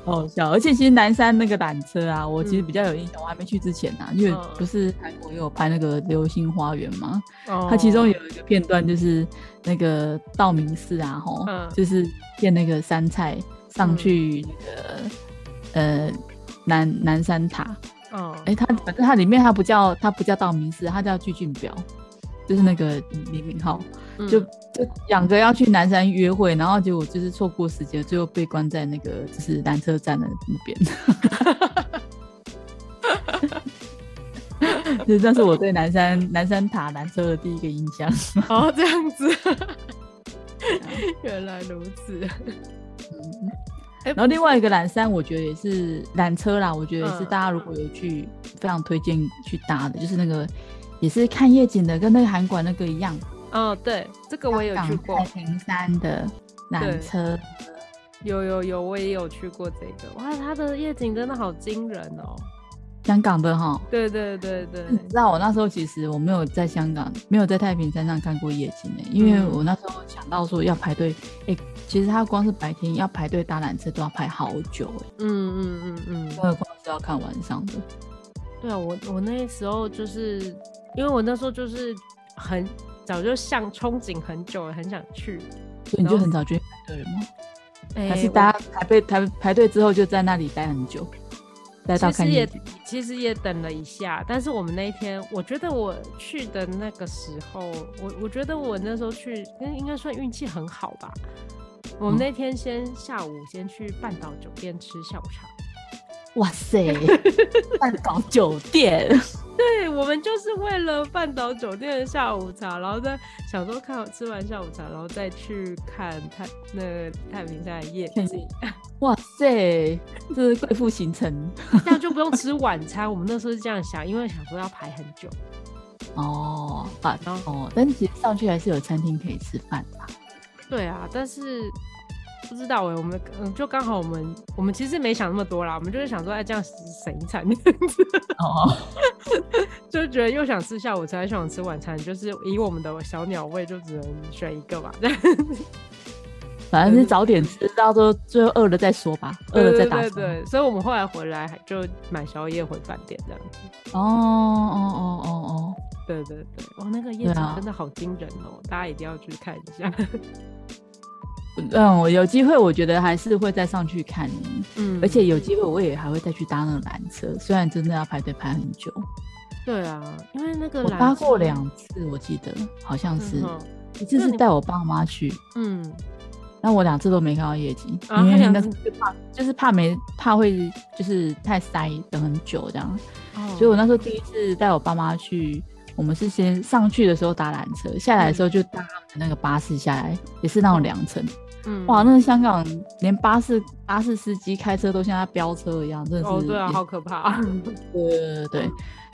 C: 好笑。而且其实南山那个缆车啊，我其实
D: 嗯
C: 比较有印象，我还没去之前啊，因为
D: 嗯
C: 不是韩国也有拍那个《流星花园》吗？
D: 哦
C: 它其中有一个片段就是那个道明寺啊，吼，
D: 嗯
C: 就是骗那个山菜上去那个、呃南南山塔，
D: 嗯，
C: 哎、它反正它里面它不叫它不叫道明寺，它叫具俊表，就是那个李敏镐，
D: 嗯
C: 就就两个要去南山约会，然后结果就是错过时间，最后被关在那个就是缆车站的那边。 对，这是我对南山南山塔缆车的第一个印象。
D: 哦这样 子，原来如此，
C: 然后另外一个缆山，我觉得也是缆车啦，我觉得也是
D: 嗯
C: 大家如果有去，非常推荐去搭的，就是那个也是看夜景的，跟那个韩馆那个一样，
D: 嗯，对，这个我也有去过
C: 太，平山的缆车，
D: 有有有，我也有去过这个，哇，它的夜景真的好惊人哦，
C: 香港的哈。
D: 对对对对，
C: 你知道我那时候其实我没有在香港，没有在太平山上看过夜景诶、欸因为
D: 嗯
C: 我那时候想到说要排队，诶、其实它光是白天要排队搭缆车都要排好久欸诶、
D: 嗯嗯嗯嗯
C: 更，何况是要看晚上的。
D: 对啊，我我那时候就是因为我那时候就是很早就向憧憬很久了，很想去，
C: 所以你就
D: 然后
C: 很早就去排队了吗？
D: 哎
C: 还是
D: 我
C: 大家排队排排队之后就在那里待很久，待到
D: 其
C: 看
D: 实
C: 夜
D: 也
C: 景？
D: 其实也等了一下，但是我们那一天，我觉得我去的那个时候，我我觉得我那时候去，应应该算运气很好吧。我们
C: 嗯
D: 那天先下午先去半岛酒店吃下午茶，
C: 哇 塞，半岛酒店，
D: 对我们就是为了半岛酒店的下午茶，然后再想说看吃完下午茶，然后再去看太那个太平山的夜景，
C: 哇塞，这是贵妇行程
D: 这样就不用吃晚餐。我们那时候是这样想，因为想说要排很久。
C: 哦啊
D: 然后
C: 哦，但其实上去还是有餐厅可以吃饭吧？
D: 对啊，但是不知道哎、我们嗯，就刚好我们我们其实没想那么多啦，我们就是想说，哎，这样省一餐，
C: 哦，
D: 就觉得又想吃下午茶，又想吃晚餐，就是以我们的小鸟胃，就只能选一个吧。
C: 反正是早点吃，到时候最后饿了再说吧，饿
D: 对
C: 了再
D: 对
C: 打
D: 对
C: 算
D: 对，所以我们后来回来还就买宵夜回饭店这样子。
C: 哦哦哦哦哦，
D: 对对对，哇，那个夜
C: 对
D: 景
C: 啊
D: 真的好惊人哦，大家一定要去看一下。
C: 嗯，我有机会，我觉得还是会再上去看你。
D: 嗯
C: 而且有机会我也还会再去搭那个缆车，虽然真的要排队排很久，
D: 对啊，因为那个
C: 我
D: 缆
C: 搭过
D: 车
C: 两次，我记得好像是
D: 嗯哼
C: 一次
D: 那
C: 是
D: 你
C: 带我爸妈去，
D: 嗯
C: 但我两次都没看到夜景，
D: 啊
C: 因
D: 他
C: 为
D: 两
C: 那
D: 次
C: 个就怕就是怕没怕会就是太塞等很久这样，
D: 哦
C: 所以我那时候第一次带我爸妈去。我们是先上去的时候搭缆车，下来的时候就搭他们的那个巴士下来，也是那种两层。
D: 嗯
C: 哇，那香港连巴士巴士司机开车都像他飙车一样，真的是
D: 哦对啊，
C: 也是
D: 好可怕啊。
C: 对对对，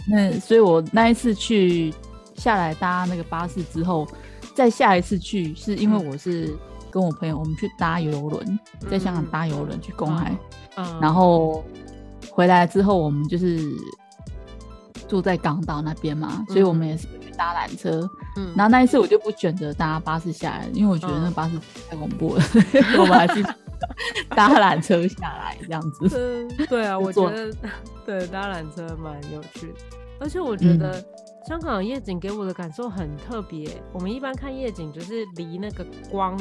C: 那所以我那一次去下来搭那个巴士之后，再下一次去是因为
D: 嗯
C: 我是跟我朋友我们去搭游轮，在香港搭游轮去公海，
D: 嗯
C: 然后回来之后我们就是住在港岛那边嘛，所以我们也是去搭缆车。
D: 嗯
C: 然后那一次我就不选择搭巴士下来，因为我觉得那
D: 嗯
C: 巴士太恐怖了， 所以我们还是搭缆车下来这样子。
D: 嗯，对啊，
C: 就
D: 我觉
C: 坐
D: 得对搭缆车蛮有趣的，而且我
C: 嗯
D: 觉得香港的夜景给我的感受很特别。我们一般看夜景就是离那个光，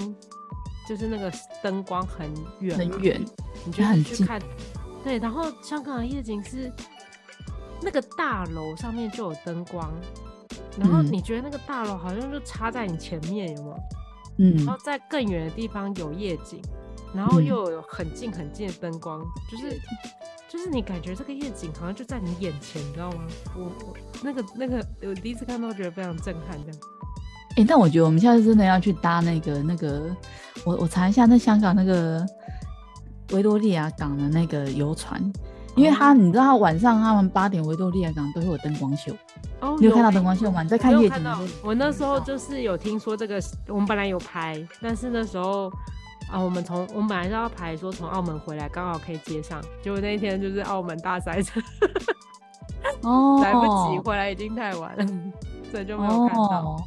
D: 就是那个灯光很远，
C: 很，远，
D: 你就
C: 很
D: 去
C: 近
D: 看。对，然后香港的夜景是那个大楼上面就有灯光，然后
C: 嗯
D: 你觉得那个大楼好像就插在你前面，有吗？
C: 嗯
D: 然，后在更远的地方有夜景，然后又有很近很近的灯光，就是就是你感觉这个夜景好像就在你眼前，你知道吗？我我那个那个我第一次看到觉得非常震撼这样。
C: 哎、但我觉得我们下次真的要去搭那个那个，我我查一下那香港那个维多利亚港的那个游船，因为它、你知道它晚上他们八点维多利亚港都会有灯光秀，
D: 哦，
C: 你有看到
D: 欸
C: 灯光秀吗？你在
D: 我
C: 看
D: 有
C: 夜
D: 看
C: 景的
D: 到
C: 时候，，
D: 我那时候就是有听说这个，我们本来有拍，但是那时候啊，我们从我们本来是要排说从澳门回来，刚好可以接上，结果那一天就是澳门大塞车，
C: 哦，
D: 哦来不及，回来已经太晚了，所以就没有看到。
C: 哦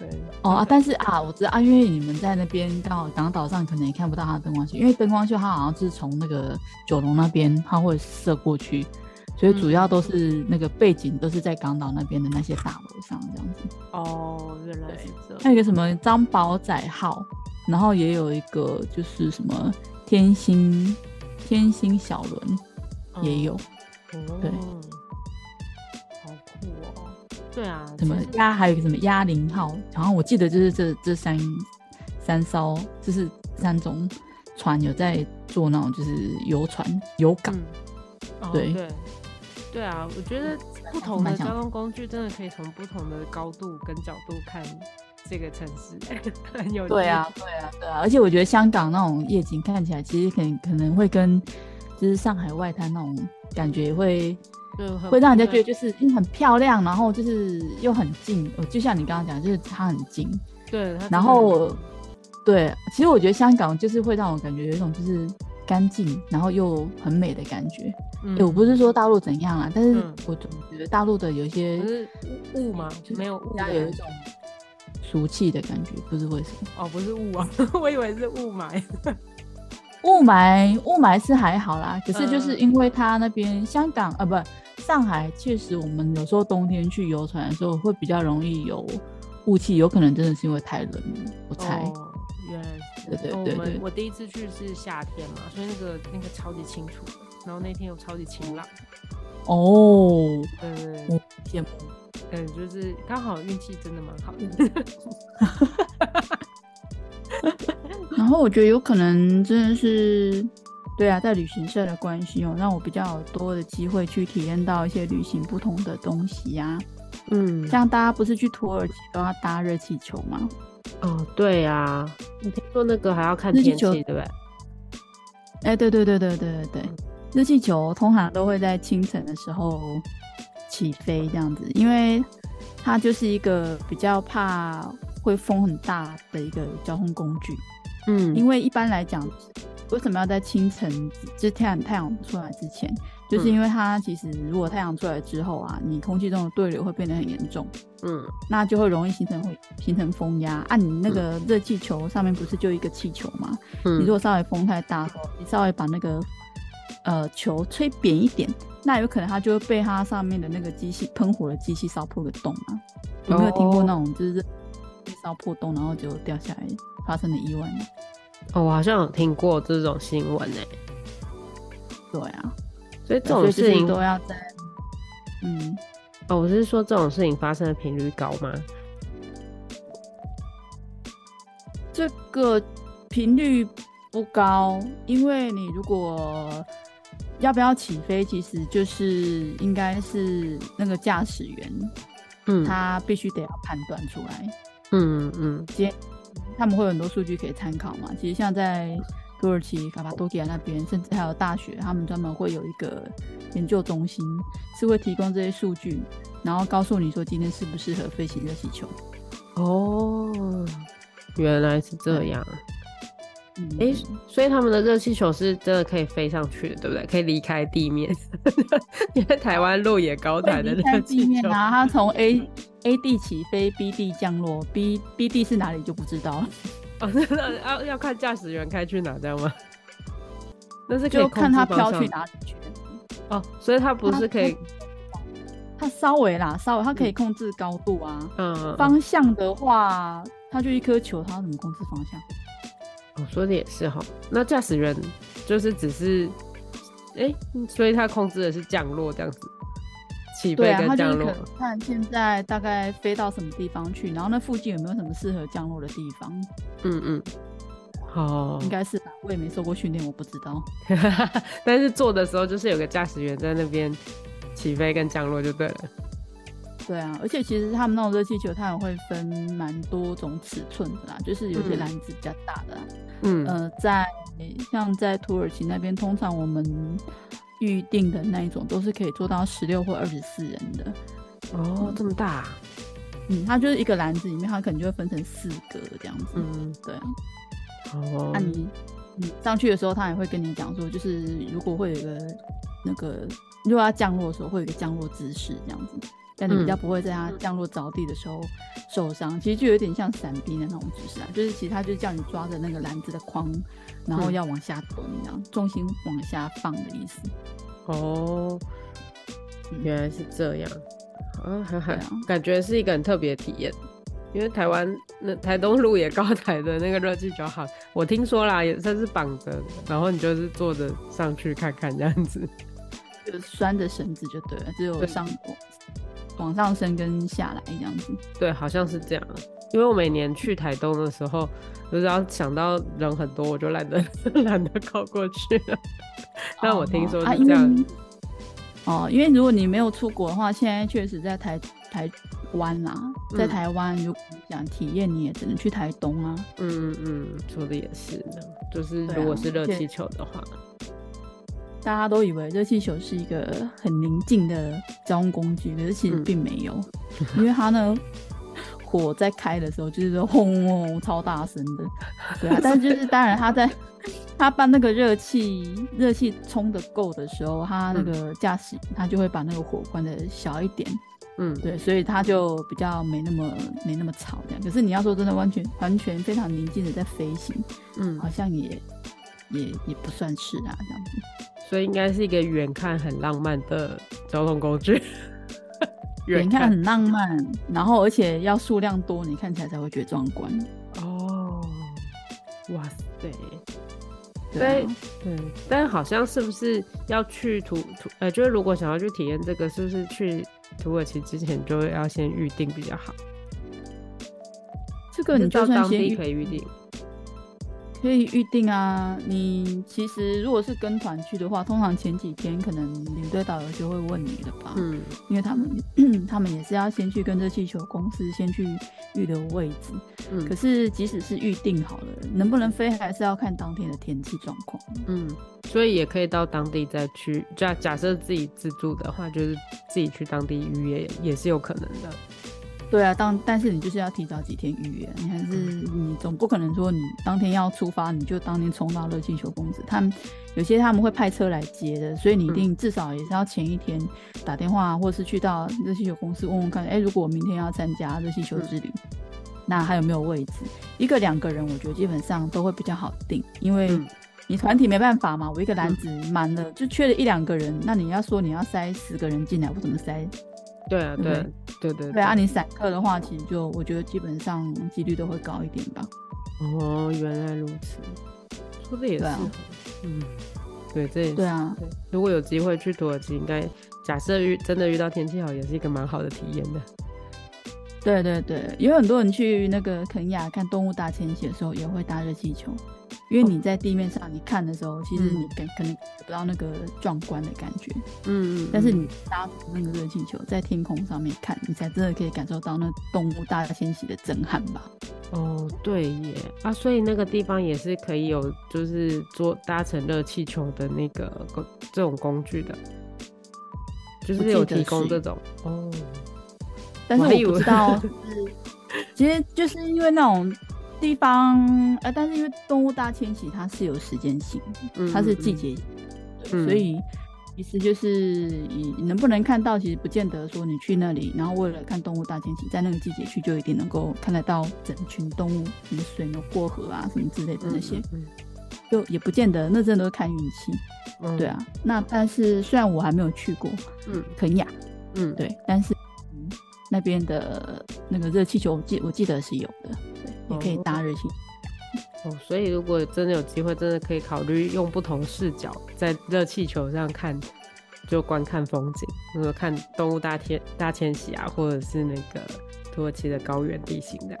D: 对，
E: 哦啊，但是啊，我知道啊，因为你们在那边刚好港岛上可能也看不到它的灯光秀，因为灯光秀它好像是从那个九龙那边它会射过去，所以主要都是那个背景都是在港岛那边的那些大楼上这样子。
D: 哦，原来是这
E: 还
D: 样。
E: 有一个什么张宝仔号，然后也有一个就是什么天星天星小轮
D: 嗯
E: 也有，
D: 哦，
E: 对
D: 好酷哦。对啊，
E: 什么
D: 其实
E: 鸭，还有一个什么鸭零号，好像我记得就是这这三三艘，就是三种船有在做那种就是游船游港，
D: 嗯哦
E: 对
D: 对对啊，我觉得不同
E: 蛮
D: 的
E: 想
D: 交通工具真的可以从不同的高度跟角度看这个城市， 很有
E: 对啊，对啊，对啊，而且我觉得香港那种夜景看起来其实可能可能会跟就是上海外滩那种感觉会
D: 趣，就很
E: 会让人家觉得
D: 对
E: 就是嗯很漂亮，然后就是又很近，呃就像你刚刚讲，就是它很近。
D: 对，啊它真的
E: 然后对，其实我觉得香港就是会让我感觉有一种就是干净，然后又很美的感觉。
D: 嗯
E: 诶我不是说大陆怎样啦，但是
D: 嗯
E: 我总觉得大陆的有一些
D: 可是雾雾吗？没有雾的
E: 它
D: 感觉，
E: 有一种俗气的感觉，不知为什么。
D: 哦，不是雾啊， 我以为是雾霾。
E: 雾霾，雾霾是还好啦，可是就是
D: 嗯
E: 因为它那边香港啊，不，上海确实我们有时候冬天去游船的时候会比较容易有雾气，有可能真的是因为太冷了，我猜。
D: 哦，原来是这样
E: 对对
D: 哦
E: 对
D: 我
E: 对
D: 们我第一次去是夏天嘛，所以那个那个超级清楚的，然后那天又超级晴朗，
E: 哦，
D: 对对对，
E: 我羡慕。
D: 嗯，就是刚好运气真的蛮好的。
C: 然后我觉得有可能真的是，对啊，在旅行社的关系哦，让我比较多的机会去体验到一些旅行不同的东西啊。
D: 嗯
C: 像大家不是去土耳其都要搭热气球吗？
D: 哦，对啊，你听说那个还要看
C: 那
D: 天气，
C: 就
D: 对不对？
C: 哎，对对对对对对对，热气球通常都会在清晨的时候起飞这样子，因为它就是一个比较怕会风很大的一个交通工具。
D: 嗯
C: 因为一般来讲，为什么要在清晨，就是太阳太阳出来之前，就是
D: 嗯
C: 因为它其实如果太阳出来之后啊，你空气中的对流会变得很严重，
D: 嗯
C: 那就会容易形成会形成风压。啊，你那个热气球上面不是就一个气球吗？
D: 嗯
C: 你如果稍微风太大的时候，你稍微把那个呃球吹扁一点，那有可能它就会被它上面的那个机器喷火的机器烧破个洞啊。有没有
D: 哦
C: 听过那种就是被烧破洞然后就掉下来发生的意外吗？
D: 哦，我好像有听过这种新闻诶、
C: 对啊，
D: 所以这
C: 所
D: 种
C: 以就
D: 事
C: 是
D: 情
C: 都要在，嗯，
D: 哦，我是说这种事情发生的频率高吗？
C: 这个频率不高，因为你如果要不要起飞，其实就是应该是那个驾驶员
D: 嗯
C: 他必须得要判断出来，
D: 嗯嗯
C: 他们会有很多数据可以参考嘛。其实像在土耳其卡帕多吉亚那边，甚至还有大学，他们专门会有一个研究中心，是会提供这些数据，然后告诉你说今天适不适合飞行热气球。
D: 哦，原来是这样。
C: 嗯，
D: 诶，所以他们的热气球是真的可以飞上去的，对不对？可以离开地面， 因为台湾路也高
C: 会
D: 台的热
C: 离开
D: 气
C: 地
D: 球
C: 面啊，它从 A A 地起飞，B 地降落，B B 地是哪里就不知道了，
D: 哦，真的要要看驾驶员开去哪，这样吗？ 那是可以
C: 就
D: 控
C: 看
D: 制
C: 它
D: 方
C: 飘
D: 向
C: 去
D: 的
C: 哪里去。
D: 哦，所以它不是可以，
C: 它稍微啦，稍微它可以控制高度啊。
D: 嗯，嗯
C: 方向的话，它就一颗球，它怎么控制方向？
D: 我哦说的也是哈。那驾驶员就是只是，哎、所以他控制的是降落这样子，起
C: 对
D: 飞
C: 啊，它
D: 跟
C: 就
D: 降
C: 是可
D: 落。
C: 能看现在大概飞到什么地方去，然后那附近有没有什么适合降落的地方，
D: 嗯嗯，哦好
C: 应，该是吧？我也没受过训练，我不知道。
D: 但是做的时候就是有个驾驶员在那边起飞跟降落就对了。
C: 对啊，而且其实他们那种热气球，它也会分蛮多种尺寸的啦，就是有些
D: 嗯
C: 篮子比较大的啦，
D: 嗯，
C: 呃，在像在土耳其那边，通常我们预定的那一种都是可以做到十六或二十四人的。
D: 哦，这么大啊、
C: 嗯，它就是一个篮子里面，它可能就会分成四格这样子。
D: 嗯，
C: 对啊，
D: 哦
C: 那、，你你上去的时候，它也会跟你讲说，就是如果会有一个那个，如果要降落的时候，会有一个降落姿势这样子。但你比较
D: 嗯
C: 不会在它降落着地的时候受伤。其实就有点像伞兵的那种姿势啊，就是其实它就叫你抓着那个篮子的框，然后
D: 嗯
C: 要往下滚，这样重心往下放的意思。
D: 哦，原来是这样，啊，很很、
C: 嗯对啊
D: 感觉是一个很特别的体验。因为台湾那台东路野高台的那个热气球好，我听说啦，也算是绑着的，然后你就是坐着上去看看这样 子。
C: 就拴着绳子就对了，只有
D: 对
C: 上往往上升跟下来这样子。
D: 对，好像是这样。因为我每年去台东的时候，就是要想到人很多，我就懒得 懒得靠过去 了。但我听说
C: 啊
D: 是这样，
C: 因为哦，因为如果你没有出国的话，现在确实在台台湾啦，在
D: 嗯
C: 台湾如果你想体验，你也只能去台东啊。
D: 嗯嗯，说的也是，就是
C: 对啊
D: 如果是热
C: 而且
D: 气球的话，
C: 大家都以为热气球是一个很宁静的交通工具，可是其实
D: 嗯
C: 并没有，因为它呢。火在开的时候，就是说轰轰轰超大声的，对啊。但是就是当然，它在它把那个热气热气冲的够的时候，它那个驾驶它就会把那个火关的小一点，
D: 嗯，
C: 对，所以它就比较没那么没那么吵这样。可是你要说真的，完全完全非常宁静的在飞行，
D: 嗯
C: 好，像也也也不算是啊这样子。
D: 所以应该是一个远看很浪漫的交通工具。
C: 远看很浪漫，然后而且要数量多，你看起来才会觉得壮观。
D: 哦，哇塞！
C: 对啊、
D: 对，但好像是不是要去土土呃，就是如果想要去体验这个，是不是去土耳其之前就要先预定比较好？
C: 这个你就
D: 到
C: 算
D: 当
C: 先
D: 地
C: 预
D: 可以预定。
C: 可以预定啊。你其实如果是跟团去的话，通常前几天可能领队导游就会问你了吧，
D: 嗯
C: 因为他们他们也 是要先去跟这气球公司先去预留位置。可
D: 嗯
C: 是即使是预定好了，能不能飞还是要看当天的天气状况。
D: 嗯，所以也可以到当地再去。假假设自己自助的话，就是自己去当地预约也是有可能的。
C: 对啊，当但是你就是要提早几天预约，你还是你总不可能说你当天要出发，你就当天冲到热气球公司。他们有些他们会派车来接的，所以你一定至少也是要前一天打电话，或是去到热气球公司问问看，哎、如果我明天要参加热气球之旅，那还有没有位置？一个两个人，我觉得基本上都会比较好定，因为
D: 嗯
C: 你团体没办法嘛，我一个篮子满了，就缺了一两个人，那你要说你要塞十个人进来，我怎么塞
D: 对啊，对啊对对
C: 对啊，你散客的话，其实就我觉得基本上几率都会高一点吧。
D: 哦，原来如此，说的也是
C: 对啊
D: 哦，嗯，对，这也是
C: 对啊，
D: 对，如果有机会去土耳其，应该假设遇真的遇到天气好，也是一个蛮好的体验的。
C: 对对对，有很多人去那个肯亚看动物大迁徙的时候，也会搭热气球，因为你在地面上你看的时候，其实
D: 嗯
C: 你感可能感觉不到那个壮观的感觉，
D: 嗯，嗯
C: 但是你搭着那个热气球在天空上面看，你才真的可以感受到那动物大迁徙的震撼吧。
D: 哦，对耶啊，所以那个地方也是可以有，就是做搭乘热气球的那个工这种工具的，就
C: 我
D: 是
C: 记
D: 有
C: 得
D: 提供
C: 是
D: 这种哦，
C: 但是
D: 我还以
C: 我不
D: 为
C: 知 道，就是其实就是因为那种地方，呃，但是因为动物大迁徙它是有时间性的。
D: 嗯
C: 它是
D: 嗯
C: 季
D: 嗯
C: 节性的，
D: 嗯
C: 所以其实就是你能不能看到，其实不见得说你去那里，然后为了看动物大迁徙，在那个季节去就一定能够看得到整群动物，什么水牛过河啊，什么之类的那些，
D: 嗯
C: 就也不见得，那真的都看运气。
D: 嗯
C: 对啊，那但是虽然我还没有去过
D: 嗯
C: 肯雅，
D: 嗯，
C: 对，但是、嗯、那边的那个热气球，我记我记得是有的，对，也可以
D: 哦
C: 搭热气球。
D: 哦，所以如果真的有机会，真的可以考虑用不同视角在热气球上看，就观看风景，或者看动物大迁大迁徙啊，或者是那个土耳其的高原地形这样。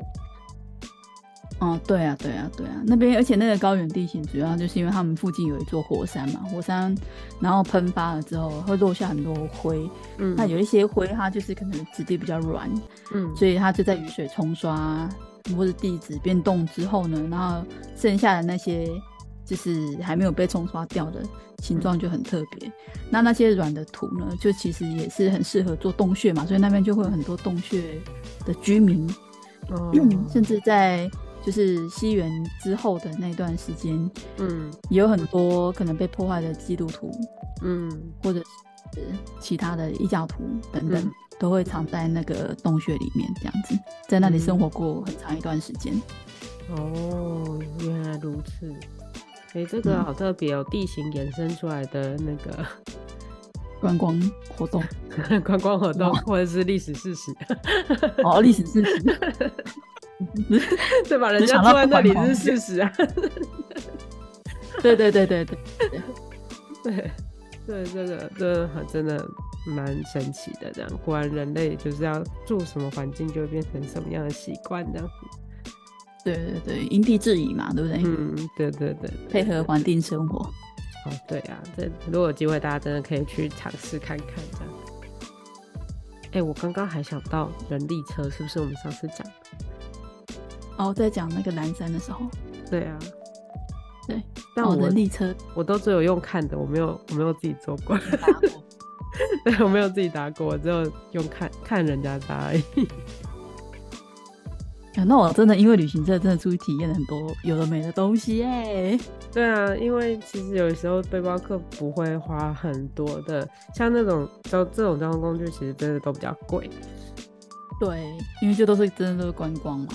C: 哦，对啊，对啊，对啊，那边而且那个高原地形，主要就是因为他们附近有一座火山嘛，火山然后喷发了之后会落下很多灰，
D: 嗯，
C: 那有一些灰它就是可能质地比较软，
D: 嗯
C: 所以它就在雨水冲刷或者地质变动之后呢，然后剩下的那些就是还没有被冲刷掉的形状就很特别。那那些软的土呢，就其实也是很适合做洞穴嘛，所以那边就会有很多洞穴的居民
D: 哦
C: 甚至在就是西元之后的那段时间，
D: 嗯
C: 也有很多可能被破坏的基督徒
D: 嗯
C: 或者是其他的异教徒等等，
D: 嗯
C: 都会藏在那个洞穴里面，这样子，在那里生活过很长一段时间。
D: 哦，原来如此。哎、这个
C: 嗯
D: 好特别哦，地形衍生出来的那个
C: 观光活动，
D: 观光活动或者是历史事实，
C: 哦，历史事实，
D: 对吧？人
C: 只
D: 家
C: 想
D: 坐在
C: 到
D: 那
C: 不管
D: 里
C: 好
D: 是事实啊。
C: 对对对对对，
D: 对，对，这个这个很真的蛮神奇的。这样，果然人类就是要住什么环境，就会变成什么样的习惯这样子。
C: 对对对，因地制宜嘛，对不对？
D: 嗯，对对对对
C: 配合环境生活。
D: 哦，对啊，这如果有机会，大家真的可以去尝试看看这样。哎、我刚刚还想到人力车是不是我们上次讲？
C: 哦，在讲那个蓝山的时候，
D: 对啊，
C: 对。
D: 但
C: 哦
D: 我、
C: 人力车
D: 我都只有用看的，我没有我没有自己做 过，
C: 打过，
D: 对我没有自己搭过，我只有用看看人家搭而已。
C: 啊那我真的因为旅行社真的出去体验了很多有的没的东西哎、
D: 对啊，因为其实有时候背包客不会花很多的，像那种交这种交通工具，其实真的都比较贵。
C: 对，因为这都是真的都是观光嘛。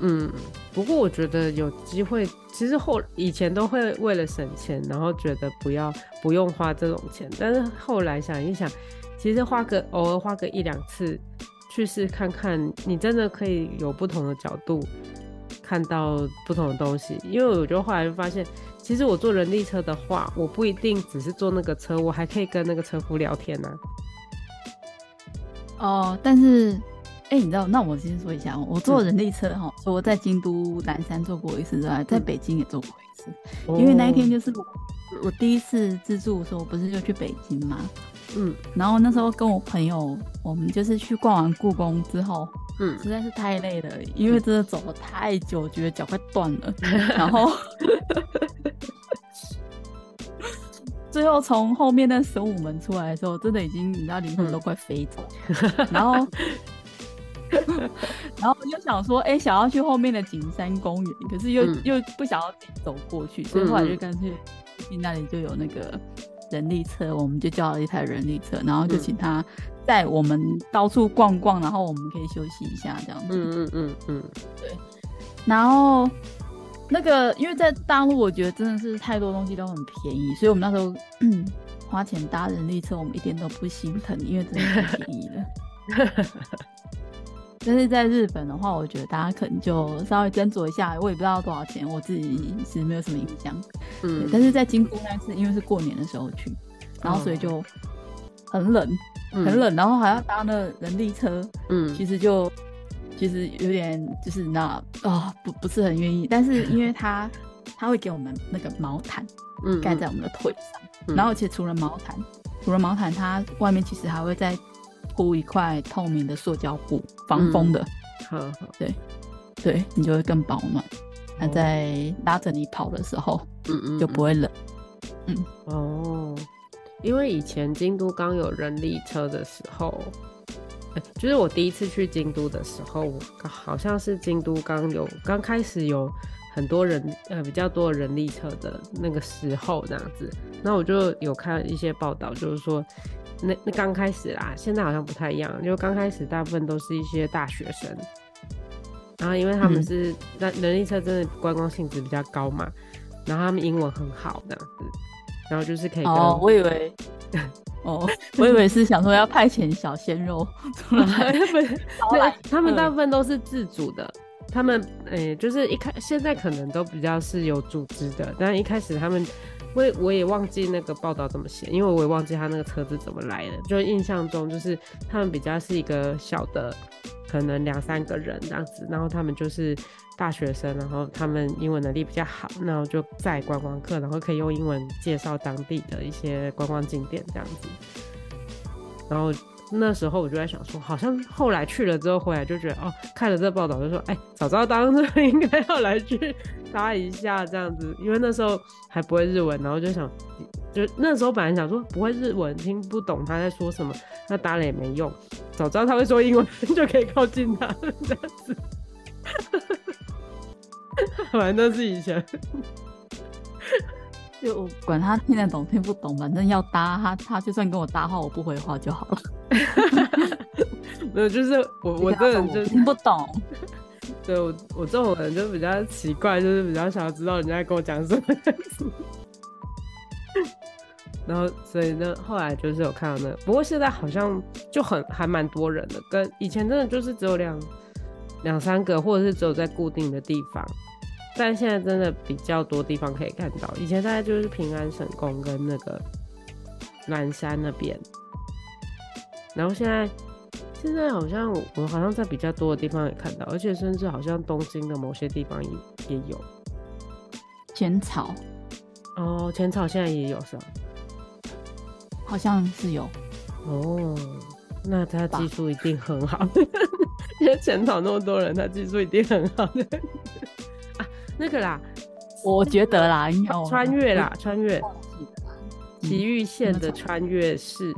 D: 嗯，不过我觉得有机会，其实后以前都会为了省钱，然后觉得不要不用花这种钱，但是后来想一想，其实花个偶尔花个一两次去试看看，你真的可以有不同的角度看到不同的东西。因为我就后来就发现，其实我坐人力车的话，我不一定只是坐那个车，我还可以跟那个车夫聊天呢、啊
C: 哦，但是，哎、你知道？那我先说一下哦，我坐人力车哈，所以我在京都南山坐过一次之外，在
D: 嗯
C: 北京也坐过一次，因为那一天
D: 哦
C: 就是我我第一次自助的时候，我不是就去北京嘛，
D: 嗯
C: 然后那时候跟我朋友，我们就是去逛完故宫之后，
D: 嗯
C: 实在是太累了，因为真的走了太久，觉得脚快断 了，然后最后从后面那神武门出来的时候，真的已经你知道灵魂都快飞 走，然后 然后就想说，哎、想要去后面的景山公园，可是又、
D: 嗯
C: 又不想要自己走过去，所以后来就干脆附近那里就有那个。人力车，我们就叫了一台人力车，然后就
D: 嗯
C: 请他带我们到处逛逛，然后我们可以休息一下这样子。
D: 嗯嗯嗯嗯，
C: 然后那个，因为在大陆，我觉得真的是太多东西都很便宜，所以我们那时候 花钱搭人力车，我们一点都不心疼，因为真的太便宜了。 但是在日本的话，我觉得大家可能就稍微斟酌一下，我也不知道多少钱，我自己是没有什么印象。对
D: 嗯
C: 但是在京都那次，因为是过年的时候去，然后所以就很冷，很，冷，然后还要搭那人力车，
D: 嗯
C: 其实就其实有点就是那啊、不不是很愿意，但是因为他 他会给我们那个毛毯
D: 嗯
C: 盖在我们的腿上，
D: 嗯
C: 然后而且除了毛毯，除了毛毯，它外面其实还会再铺一块透明的塑胶布防风的，
D: 好好
C: 对你就会更保暖。它
D: 哦
C: 在拉着你跑的时候
D: 嗯嗯
C: 就不会冷，
D: 哦，因为以前京都刚有人力车的时候，呃就是我第一次去京都的时候，我好像是京都刚有刚开始有很多人呃比较多人力车的那个时候那样子，那我就有看一些报道，就是说。那那刚开始啦，现在好像不太一样，就刚开始大部分都是一些大学生，然后因为他们
C: 嗯
D: 是那、人力车真的观光性质比较高嘛，然后他们英文很好这样子，然后就是可以跟、
C: 哦，我以 为。哦， 我以为是想说要派遣小鲜 肉出来
D: 不是
C: 招
D: 对
C: 揽，
D: 他们大部分都是自主的。他们诶、就是一开现在可能都比较是有组织的，但一开始他们，我也我也忘记那个报道怎么写，因为我也忘记他那个车子怎么来的。就印象中就是他们比较是一个小的，可能两三个人这样子，然后他们就是大学生，然后他们英文能力比较好，然后就载观光客，然后可以用英文介绍当地的一些观光景点这样子。然后那时候我就在想说，好像后来去了之后回来就觉得，哦，看了这报道就说，哎、早知道当初 应该要来去搭一下这样子，因为那时候还不会日文，然后就想，就那时候本来想说不会日文听不懂他在说什么，那搭了也没用，早知道他会说英文 就可以靠近他这样子。 反正那是以前，
C: 就我管他听得懂 听不懂，反正要搭他，他就算跟我搭话，我不回话就好了。
D: 没有，就是我我这人就
C: 听不懂，
D: 对我我这种人就比较奇怪，就是比较想要知道人家在跟我讲什么。然后，所以呢，后来就是有看到那个，不过现在好像就很还蛮多人的，跟以前真的就是只有两两三个，或者是只有在固定的地方，但现在真的比较多地方可以看到。以前大概就是平安神宫跟那个南山那边，然后现在现在好像我好像在比较多的地方也看到，而且甚至好像东京的某些地方也也有
C: 浅草
D: 哦，浅草现在也有是吧？
C: 好像是 有，
D: 哦，那他技术一定很好， 因为全场那么多人，他技术一定很好 的啊。那个啦，
C: 我觉得啦，应该我
D: 穿越啦，穿越
C: 忘记了啦
D: 奇遇县的嗯穿越式，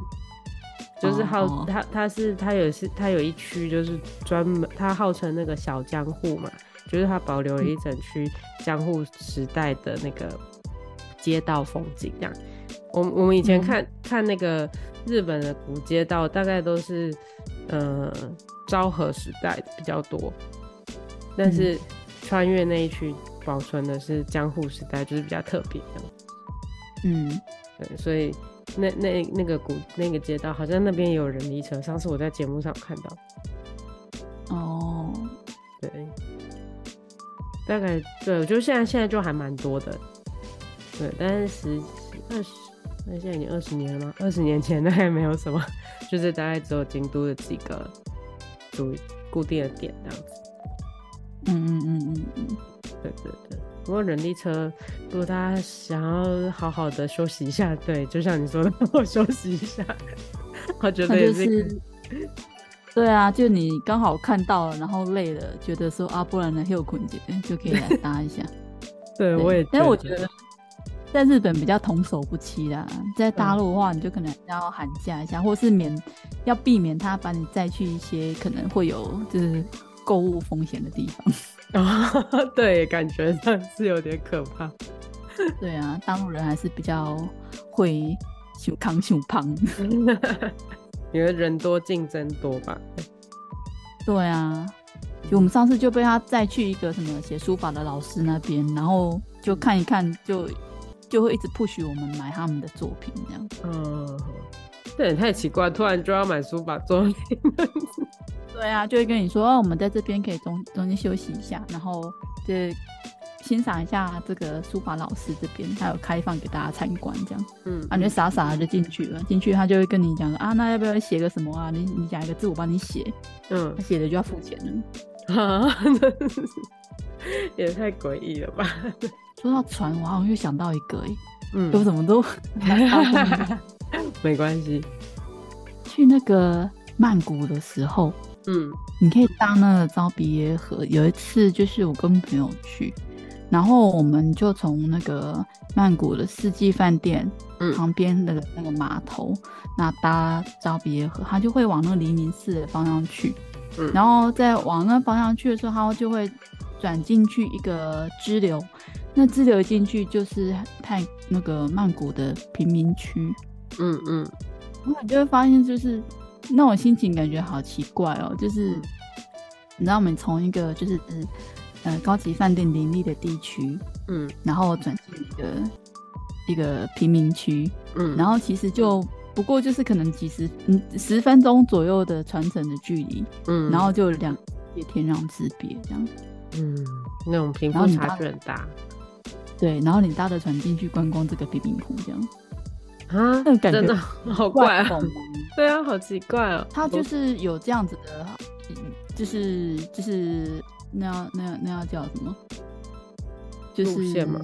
D: 就是号
C: 哦
D: 他他是他有是他有一区就是专门他号称那个小江户嘛，就是他保留了
C: 嗯
D: 一整区江户时代的那个街道风景这样。我我们以
C: 嗯
D: 前看、看那个日本的古街道，大概都是呃昭和时代比较多，
C: 嗯
D: 但是穿越那一区保存的是江户时代，就是比较特别这样。
C: 嗯，
D: 对，所以那那那个古那个街道，好像那边也有人力车。上次我在节目上有看到，
C: 哦，
D: 对，大概对我觉得现在现在就还蛮多的，对，但是十二十那现在已经二十年了吗？二十年前那还没有什么， 就是大概只有京都的几个主固定的点这样子。
C: 嗯嗯嗯嗯嗯，
D: 对对对，不过人力车，如果大家想要好好的休息一下，对，就像你说的， 好好休息一下，我觉得
C: 那
D: 也
C: 就是
D: 一个
C: 是。对啊，就你刚好看到了，然后累了，觉得说啊，不然来休困姐就可以来搭一下。
D: 对，
C: 对
D: 我也，
C: 但是我觉得在日本比较童叟不欺啦，在大陆的话，你就可能要寒假一下，或是免要避免他把你载去一些可能会有就是购物风险的地方。
D: 啊， 对，感觉上是有点可怕。
C: 对啊，大陆人还是比较会想扛想胖。
D: 因为人多竞争多吧？
C: 对啊，就我们上次就被他载去一个什么写书法的老师那边，然后
D: 嗯
C: 就看一看就。就会一直 push 我们买他们的作品，这样。
D: 嗯，这也太奇怪，突然就要买书法作品。
C: 对啊，就会跟你说，哦、我们在这边可以中中间休息一下，然后就是欣赏一下这个书法老师这边，他有开放给大家参观这样。
D: 嗯
C: 啊，你就傻傻的就进去了，进去他就会跟你讲啊，那要不要写个什么啊？你你讲一个字，我帮你写，
D: 嗯
C: 他，写的就要付钱了。
D: 啊，也太诡异了吧？
C: 说到船，我好像又想到一个、欸，
D: 嗯
C: 哎，我怎么都
D: 没关系。
C: 去那个曼谷的时候，
D: 嗯
C: 你可以搭那个招比耶河。有一次就是我跟朋友去，然后我们就从那个曼谷的四季饭店
D: 嗯
C: 旁边的那个码头，那搭招比耶河，它就会往那个黎明寺的方向去。
D: 嗯
C: 然后再往那方向去的时候，它就会转进去一个支流。那支流一进去就是泰那个曼谷的贫民区，
D: 嗯嗯
C: 然后你就会发现，就是那种心情感觉好奇怪哦，就是
D: 嗯
C: 你知道，我们从一个就是呃高级饭店林立的地区，
D: 嗯
C: 然后转进一个一个贫民区，
D: 嗯，
C: 然后其实就不过就是可能几十嗯十分钟左右的传承的距离，
D: 嗯
C: 然后就两也天壤之别这样。
D: 嗯，那种贫
C: 然
D: 富
C: 后你
D: 差
C: 搭
D: 距很大
C: 对，然后你搭着船进去观光这个贫民窟，这样
D: 啊，
C: 那种感觉
D: 真的好怪啊！
C: 懂吗
D: 对啊，好奇怪哦。
C: 它就是有这样子的，嗯就是就是那要那要那要叫什么？就是
D: 路线吗？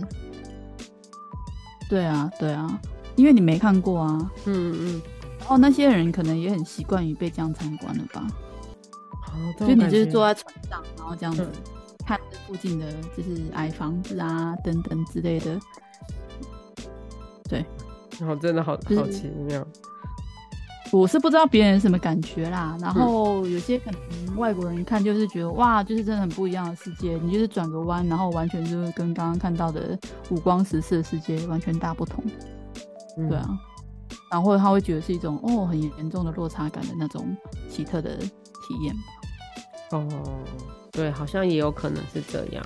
C: 对啊，对啊，因为你没看过啊。
D: 嗯嗯，
C: 然后那些人可能也很习惯于被这样参观了吧？
D: 哦
C: 就你就是，
D: 这种
C: 坐
D: 感
C: 在船上，然后这样子
D: 嗯
C: 看这附近的就是矮房子啊等等之类的。
D: 觉然后真的好
C: 是
D: 好奇妙。
C: 我是不知道别人什么感觉啦。然后有些可能外国人看就是觉得哇，就是真的很不一样的世界。你就是转个弯，然后完全就是跟刚刚看到的五光十色的世界完全大不同。
D: 嗯
C: 对啊，，然后他会觉得是一种哦很严重的落差感的那种奇特的体体验吧。
F: 哦，对，好像也有可能是这样。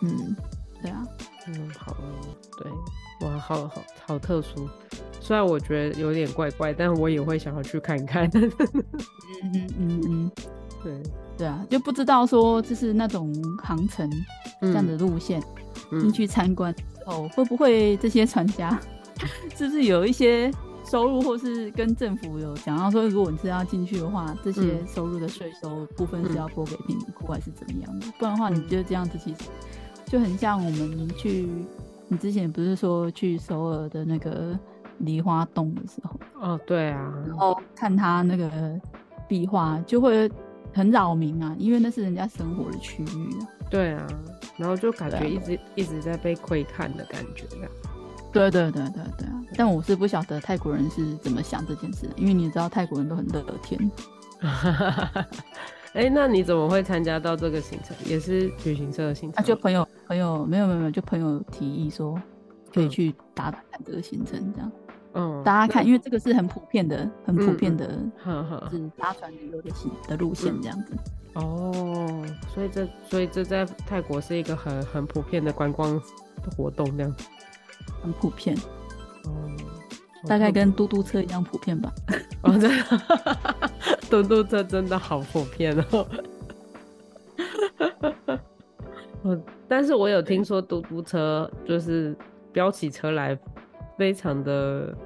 C: 嗯，对啊，
F: 嗯，好哦，
D: 对，哇，好好好特殊。虽然我觉得有点怪怪，但我也会想要去看看。
C: 嗯嗯嗯嗯，
D: 对，
C: 对啊，就不知道说就是那种航程
D: 嗯
C: 这样的路线进、
F: 嗯
C: 去参观之后，会不会这些船家 是不是有一些收入，或是跟政府有讲到说，如果你是要进去的话，这些
F: 嗯
C: 收入的税收部分是要拨给贫民窟还是怎么样的？不然的话，
D: 嗯
C: 你就这样子，其实就很像我们去，你之前不是说去首尔的那个梨花洞的时候。
D: 哦，对啊，
C: 然后看他那个壁画，就会很扰民啊，因为那是人家生活的区域啊。
D: 对啊，然后就感
C: 对啊
D: 觉一直、一直在被窥看的感觉 啊。
C: 对对对对对啊！但我是不晓得泰国人是怎么想这件事的，因为你知道泰国人都很乐天。
D: 哎、那你怎么会参加到这个行程？也是旅行社的行
C: 啊，
D: 程吗？
C: 就朋友朋友没有没有没有，就朋友提议说可以去打打看这个行程，这样、
D: 嗯，
C: 大家看，因为这个是很普遍的、很普遍的，
D: 呵呵
C: 就是搭船旅游的行的路线这样子。
D: 哦，所以这所以这在泰国是一个很很普遍的观光活动这样子。
C: 很普遍，
D: 哦，
C: 大概跟嘟嘟车一样普遍吧。
D: 哦，真的，嘟嘟车真的好普遍哦。 我，哦但是我有听说嘟嘟车就是飙起车来，非常的，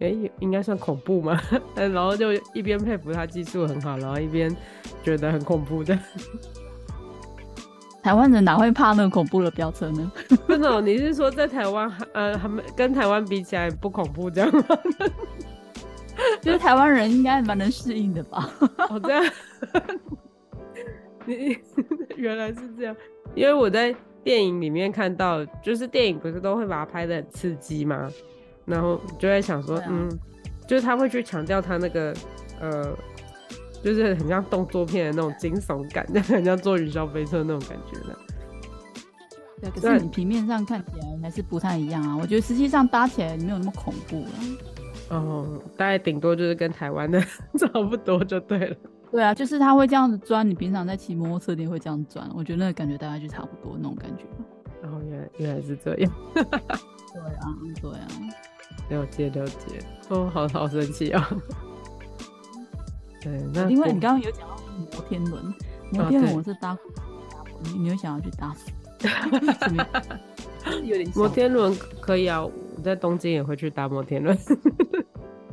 D: 哎、应该算恐怖吗？ 但然后就一边佩服他技术很好，然后一边觉得很恐怖的。
C: 台湾人哪会怕那个恐怖的飙车呢？
D: 真的哦、你是说在台湾，呃，还没跟台湾比起来不恐怖这样 吗？
C: 就是台湾人应该蛮能适应的吧。
D: 哦，这样， 你 原来是这样，因为我在电影里面看到，就是电影不是都会把它拍的很刺激吗？然后就在想说，
C: 对啊
D: 嗯，就是他会去强调他那个呃，就是很像动作片的那种惊悚感， 很像坐云霄飞车那种感觉的。
C: 对，可
D: 对
C: 是你平面上看起来还是不太一样啊。我觉得实际上搭起来没有那么恐怖啊了。
D: 哦，大概顶多就是跟台湾的 差不多就对了。
C: 对啊，就是它会这样子钻，你平常在骑摩托车店会这样钻，我觉得那个感觉大概就差不多那种感觉吧。
D: 然后哦原来原来是这样。
C: 对啊，对啊，
D: 了解了解，哦，好好神奇哦。对，那
C: 因为
D: 不
C: 你刚刚有讲到摩天轮，摩
D: 啊对
C: 天轮我是搭过，搭过你你有想要去搭吗？什么就是 有点
D: 摩
C: 小
D: 天轮可以啊，我在东京也会去搭摩天轮。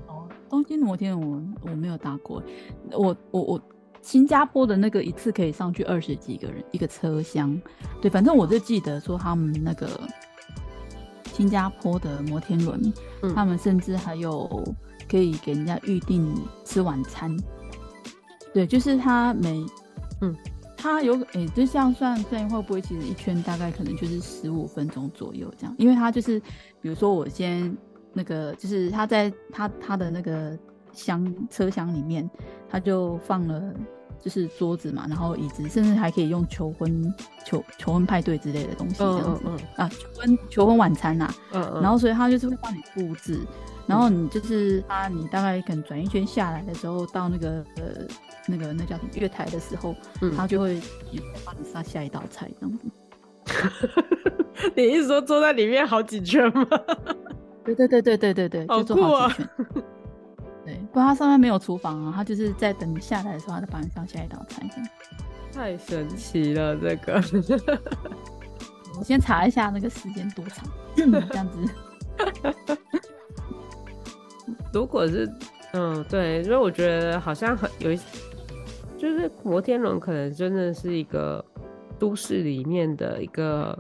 C: 哦，东京摩天轮我我没有搭过，我我我新加坡的那个一次可以上去二十几个人一个车厢，对，反正我就记得说他们那个新加坡的摩天轮，
D: 嗯
C: 他们甚至还有可以给人家预定吃晚餐，对，就是他每
D: 嗯。
C: 他有诶、就这样算算会不会，其实一圈大概可能就是十五分钟左右这样，因为他就是，比如说我先那个就是他在他他的那个箱车厢里面，他就放了就是桌子嘛，然后椅子，甚至还可以用求婚求求婚派对之类的东西这
D: 嗯
C: 样
D: 嗯
C: 子、
D: 嗯
C: 啊，求婚求婚晚餐啊呐、
D: 嗯嗯，
C: 然后所以他就是会帮你布置，然后你就是他你大概可能转一圈下来的时候，到那个呃那个那叫什么月台的时候，
D: 嗯
C: 他就会也帮你上下一道菜这样子。
D: 你一直说坐在里面好几圈吗？
C: 对对对对对对对，
D: 好
C: 就做
D: 酷
C: 好
D: 啊
C: 几圈。对，不然它上面没有厨房啊，它就是在等你下来的时候，它就帮你上下一道菜这样。
D: 太神奇了，这 个
C: 我先查一下那个时间多 长，这样子。
D: 如果是嗯对，因为我觉得好像很有一，就是摩天轮可能真的是一个都市里面的一个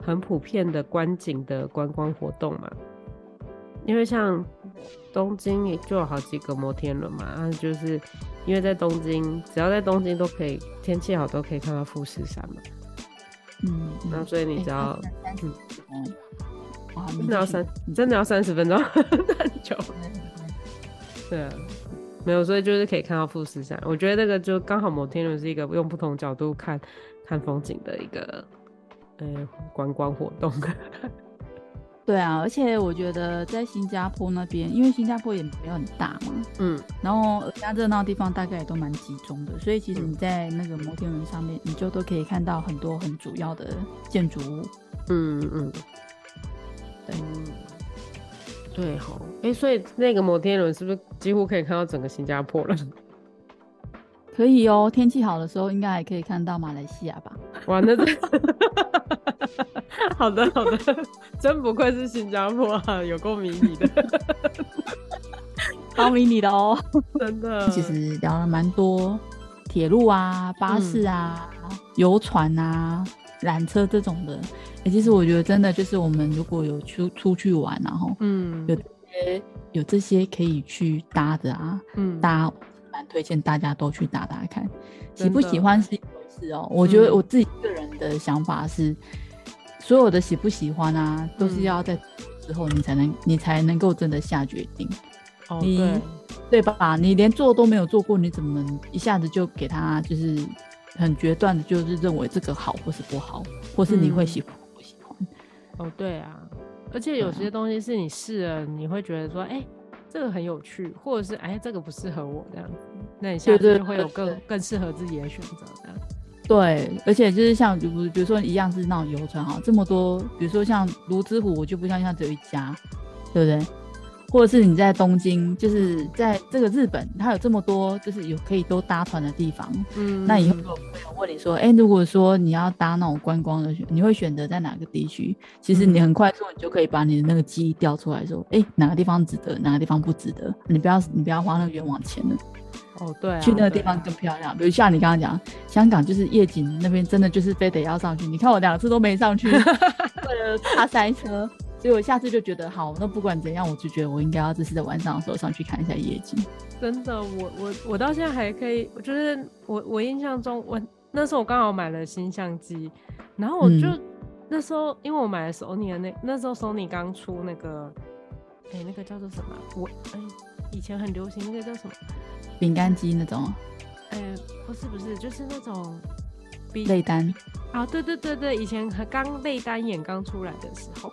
D: 很普遍的观景的观光活动嘛。因为像东京也就有好几个摩天轮嘛，啊，就是因为在东京，只要在东京都可以，天气好都可以看到富士山嘛。
C: 嗯，
D: 那所以你只要
C: 三十分钟，哦我还没
D: 真的要
C: 进去
D: 三，真的要三十分钟， 那很久。对啊，没有，所以就是可以看到富士山。我觉得那个就刚好摩天轮是一个用不同角度看看风景的一个，呃，观光活动。
C: 对啊，而且我觉得在新加坡那边，因为新加坡也没有很大嘛，
G: 嗯，
C: 然后而家热闹地方大概也都蛮集中的，所以其实你在那个摩天轮上面，你就都可以看到很多很主要的建筑物。
G: 嗯嗯，对，对好，哎、所以那个摩天轮是不是几乎可以看到整个新加坡 了？
C: 可以哦，天气好的时候应该还可以看到马来西亚吧？
G: 哇，那 真好的好的，真不愧是新加坡啊，有够迷你的，
C: 超迷你的哦。
G: 真
D: 嗯
G: 的。
C: 其实聊了蛮多铁路啊、巴士啊、游船啊、缆车这种的。哎、其实我觉得真的就是我们如果有出出去玩、啊然后
D: 嗯
C: 有有这些可以去搭的啊，
D: 嗯
C: 大家蛮推荐大家都去打打看，喜
D: 真
C: 不
D: 的
C: 喜欢是一回事哦。我觉得
D: 嗯
C: 我自己个人的想法是，所有的喜不喜欢啊，都是
D: 嗯
C: 要在之后你才能你才能够真的下决定，
D: 哦
C: 你
D: 对，
C: 对吧？你连做都没有做过，你怎么一下子就给他就是很决断的，就是认为这个好或是不好，或是你会
D: 嗯
C: 喜欢或不喜欢？
D: 哦对啊，而且有
C: 对啊
D: 些东西是你试了，你会觉得说，哎、这个很有趣，或者是哎、这个不适合我这样子，那你下
C: 对
D: 次
C: 对
D: 就会
C: 对
D: 有更
C: 对
D: 更适合自己的选择这样。
C: 对，而且就是像比如比如说一样是那种游船哈，这么多，比如说像泸沽湖，我就不相信它只有一家，对不对？或者是你在东京，就是在这个日本，它有这么多就是有可以都搭船的地方。
D: 嗯
C: 那以后如果朋友问你说，哎、如果说你要搭那种观光的，你会选择在哪个地区？其实
D: 嗯
C: 你很快速，你就可以把你的那个记忆调出来，说，哎、哪个地方值得，哪个地方不值得，你不要你不要花那个冤枉钱了。
D: 哦对啊，
C: 去那个
D: 对
C: 地方
D: 啊
C: 更漂亮。比如像你刚刚讲，香港就是夜景那边真的就是非得要上去。你看我两次都没上去 ，为了怕塞车，所以我下次就觉得好，那不管怎样，我就觉得我应该要这次在晚上的时候上去看一下夜景。
D: 真的，我我我到现在还可以，我就是我我印象中，我那时候我刚好买了新相机，然后我就、
C: 嗯
D: 那时候因为我买了 Sony 的那那时候 Sony 刚出那个，哎、那个叫做什么啊？我哎、以前很流行那个叫什么？
C: 饼干机那种
D: 哎、不是不是，就是那种比
C: 类单，
D: 啊，对对对对，以前还刚类单眼刚出来的时候，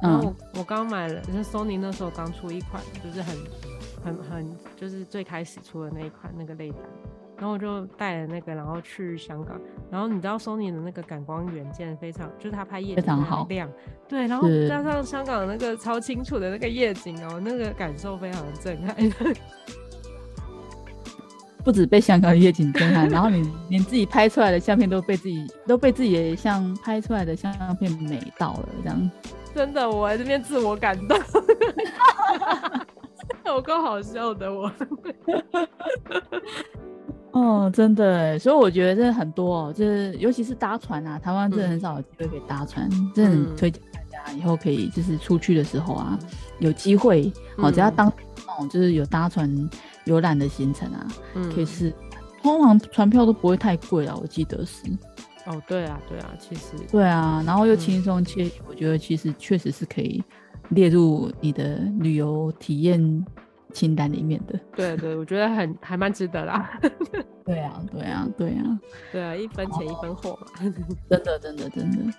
D: 然后
C: 嗯，
D: 我我刚买了，就是 Sony 那时候刚出一款，就是很很很就是最开始出的那一款那个类单，然后我就带了那个，然后去香港，然后你知道 Sony 的那个感光元件非常，就是它拍夜景
C: 非常
D: 非常
C: 好
D: 亮，对，然后
C: 是
D: 加上香港那个超清楚的那个夜景哦，那个感受非常的震撼。
C: 不止被香港的夜景震撼，然后你连自己拍出来的相片都被自己都被自己的像拍出来的相片美到了，这样。
D: 真的，我在这边自我感动， 有够好笑的我。
C: 哦，真的欸，所以我觉得真的很多哦，就是尤其是搭船啊，台湾真的很少有机会可以搭船，真
D: 嗯
C: 的很推荐大家以后可以就是出去的时候啊，有机会哦，只要
D: 嗯
C: 当那种就是有搭船游览的行程啊，
D: 嗯
C: 可以试试看。通常船票都不会太贵啦，我记得是。
D: 哦，对啊，对啊，其实
C: 对啊，然后又
D: 嗯
C: 轻松惬意，我觉得其实确实是可以列入你的旅游体验清单里面的。
D: 对对，我觉得很还蛮值得啦。
C: 对啊，对啊， 对啊，
D: 对啊，一分钱一分货嘛。
C: 真的，真的，真的。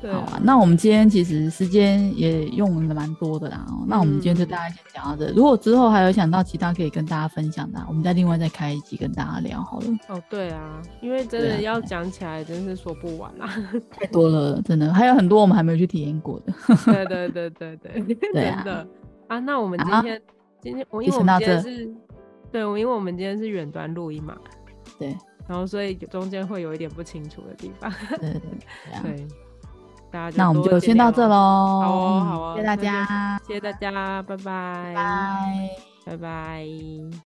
D: 对
C: 好
D: 啊，
C: 啊，那我们今天其实时间也用的蛮多的啦、哦。那我们今天就大概先讲到这。如果之后还有想到其他可以跟大家分享的啊、我们再另外再开一集跟大家聊好了。
D: 哦对啊，因为真
C: 对
D: 的
C: 啊
D: 要讲起来，真是说不完啦。啊
C: 太多了，真的还有很多我们还没有去体验过的。
D: 对对对对对，
C: 对啊
D: 真的啊。那我们今
C: 好啊
D: 天今天我
C: 就
D: 因为我
C: 先
D: 们
C: 到
D: 今天
C: 这
D: 是，对，我因为我们今天是远端录音嘛，
C: 对，
D: 然后所以中间会有一点不清楚的地方。
C: 对对对对 啊。
D: 对，大家
C: 那我们
D: 多
C: 就
D: 见
C: 先
D: 谅
C: 到这喽。
D: 哦。
C: 好
D: 哦好哦
C: 谢谢大
D: 那就
C: 家，
D: 谢谢大家，拜拜，
C: 拜。
D: 拜拜。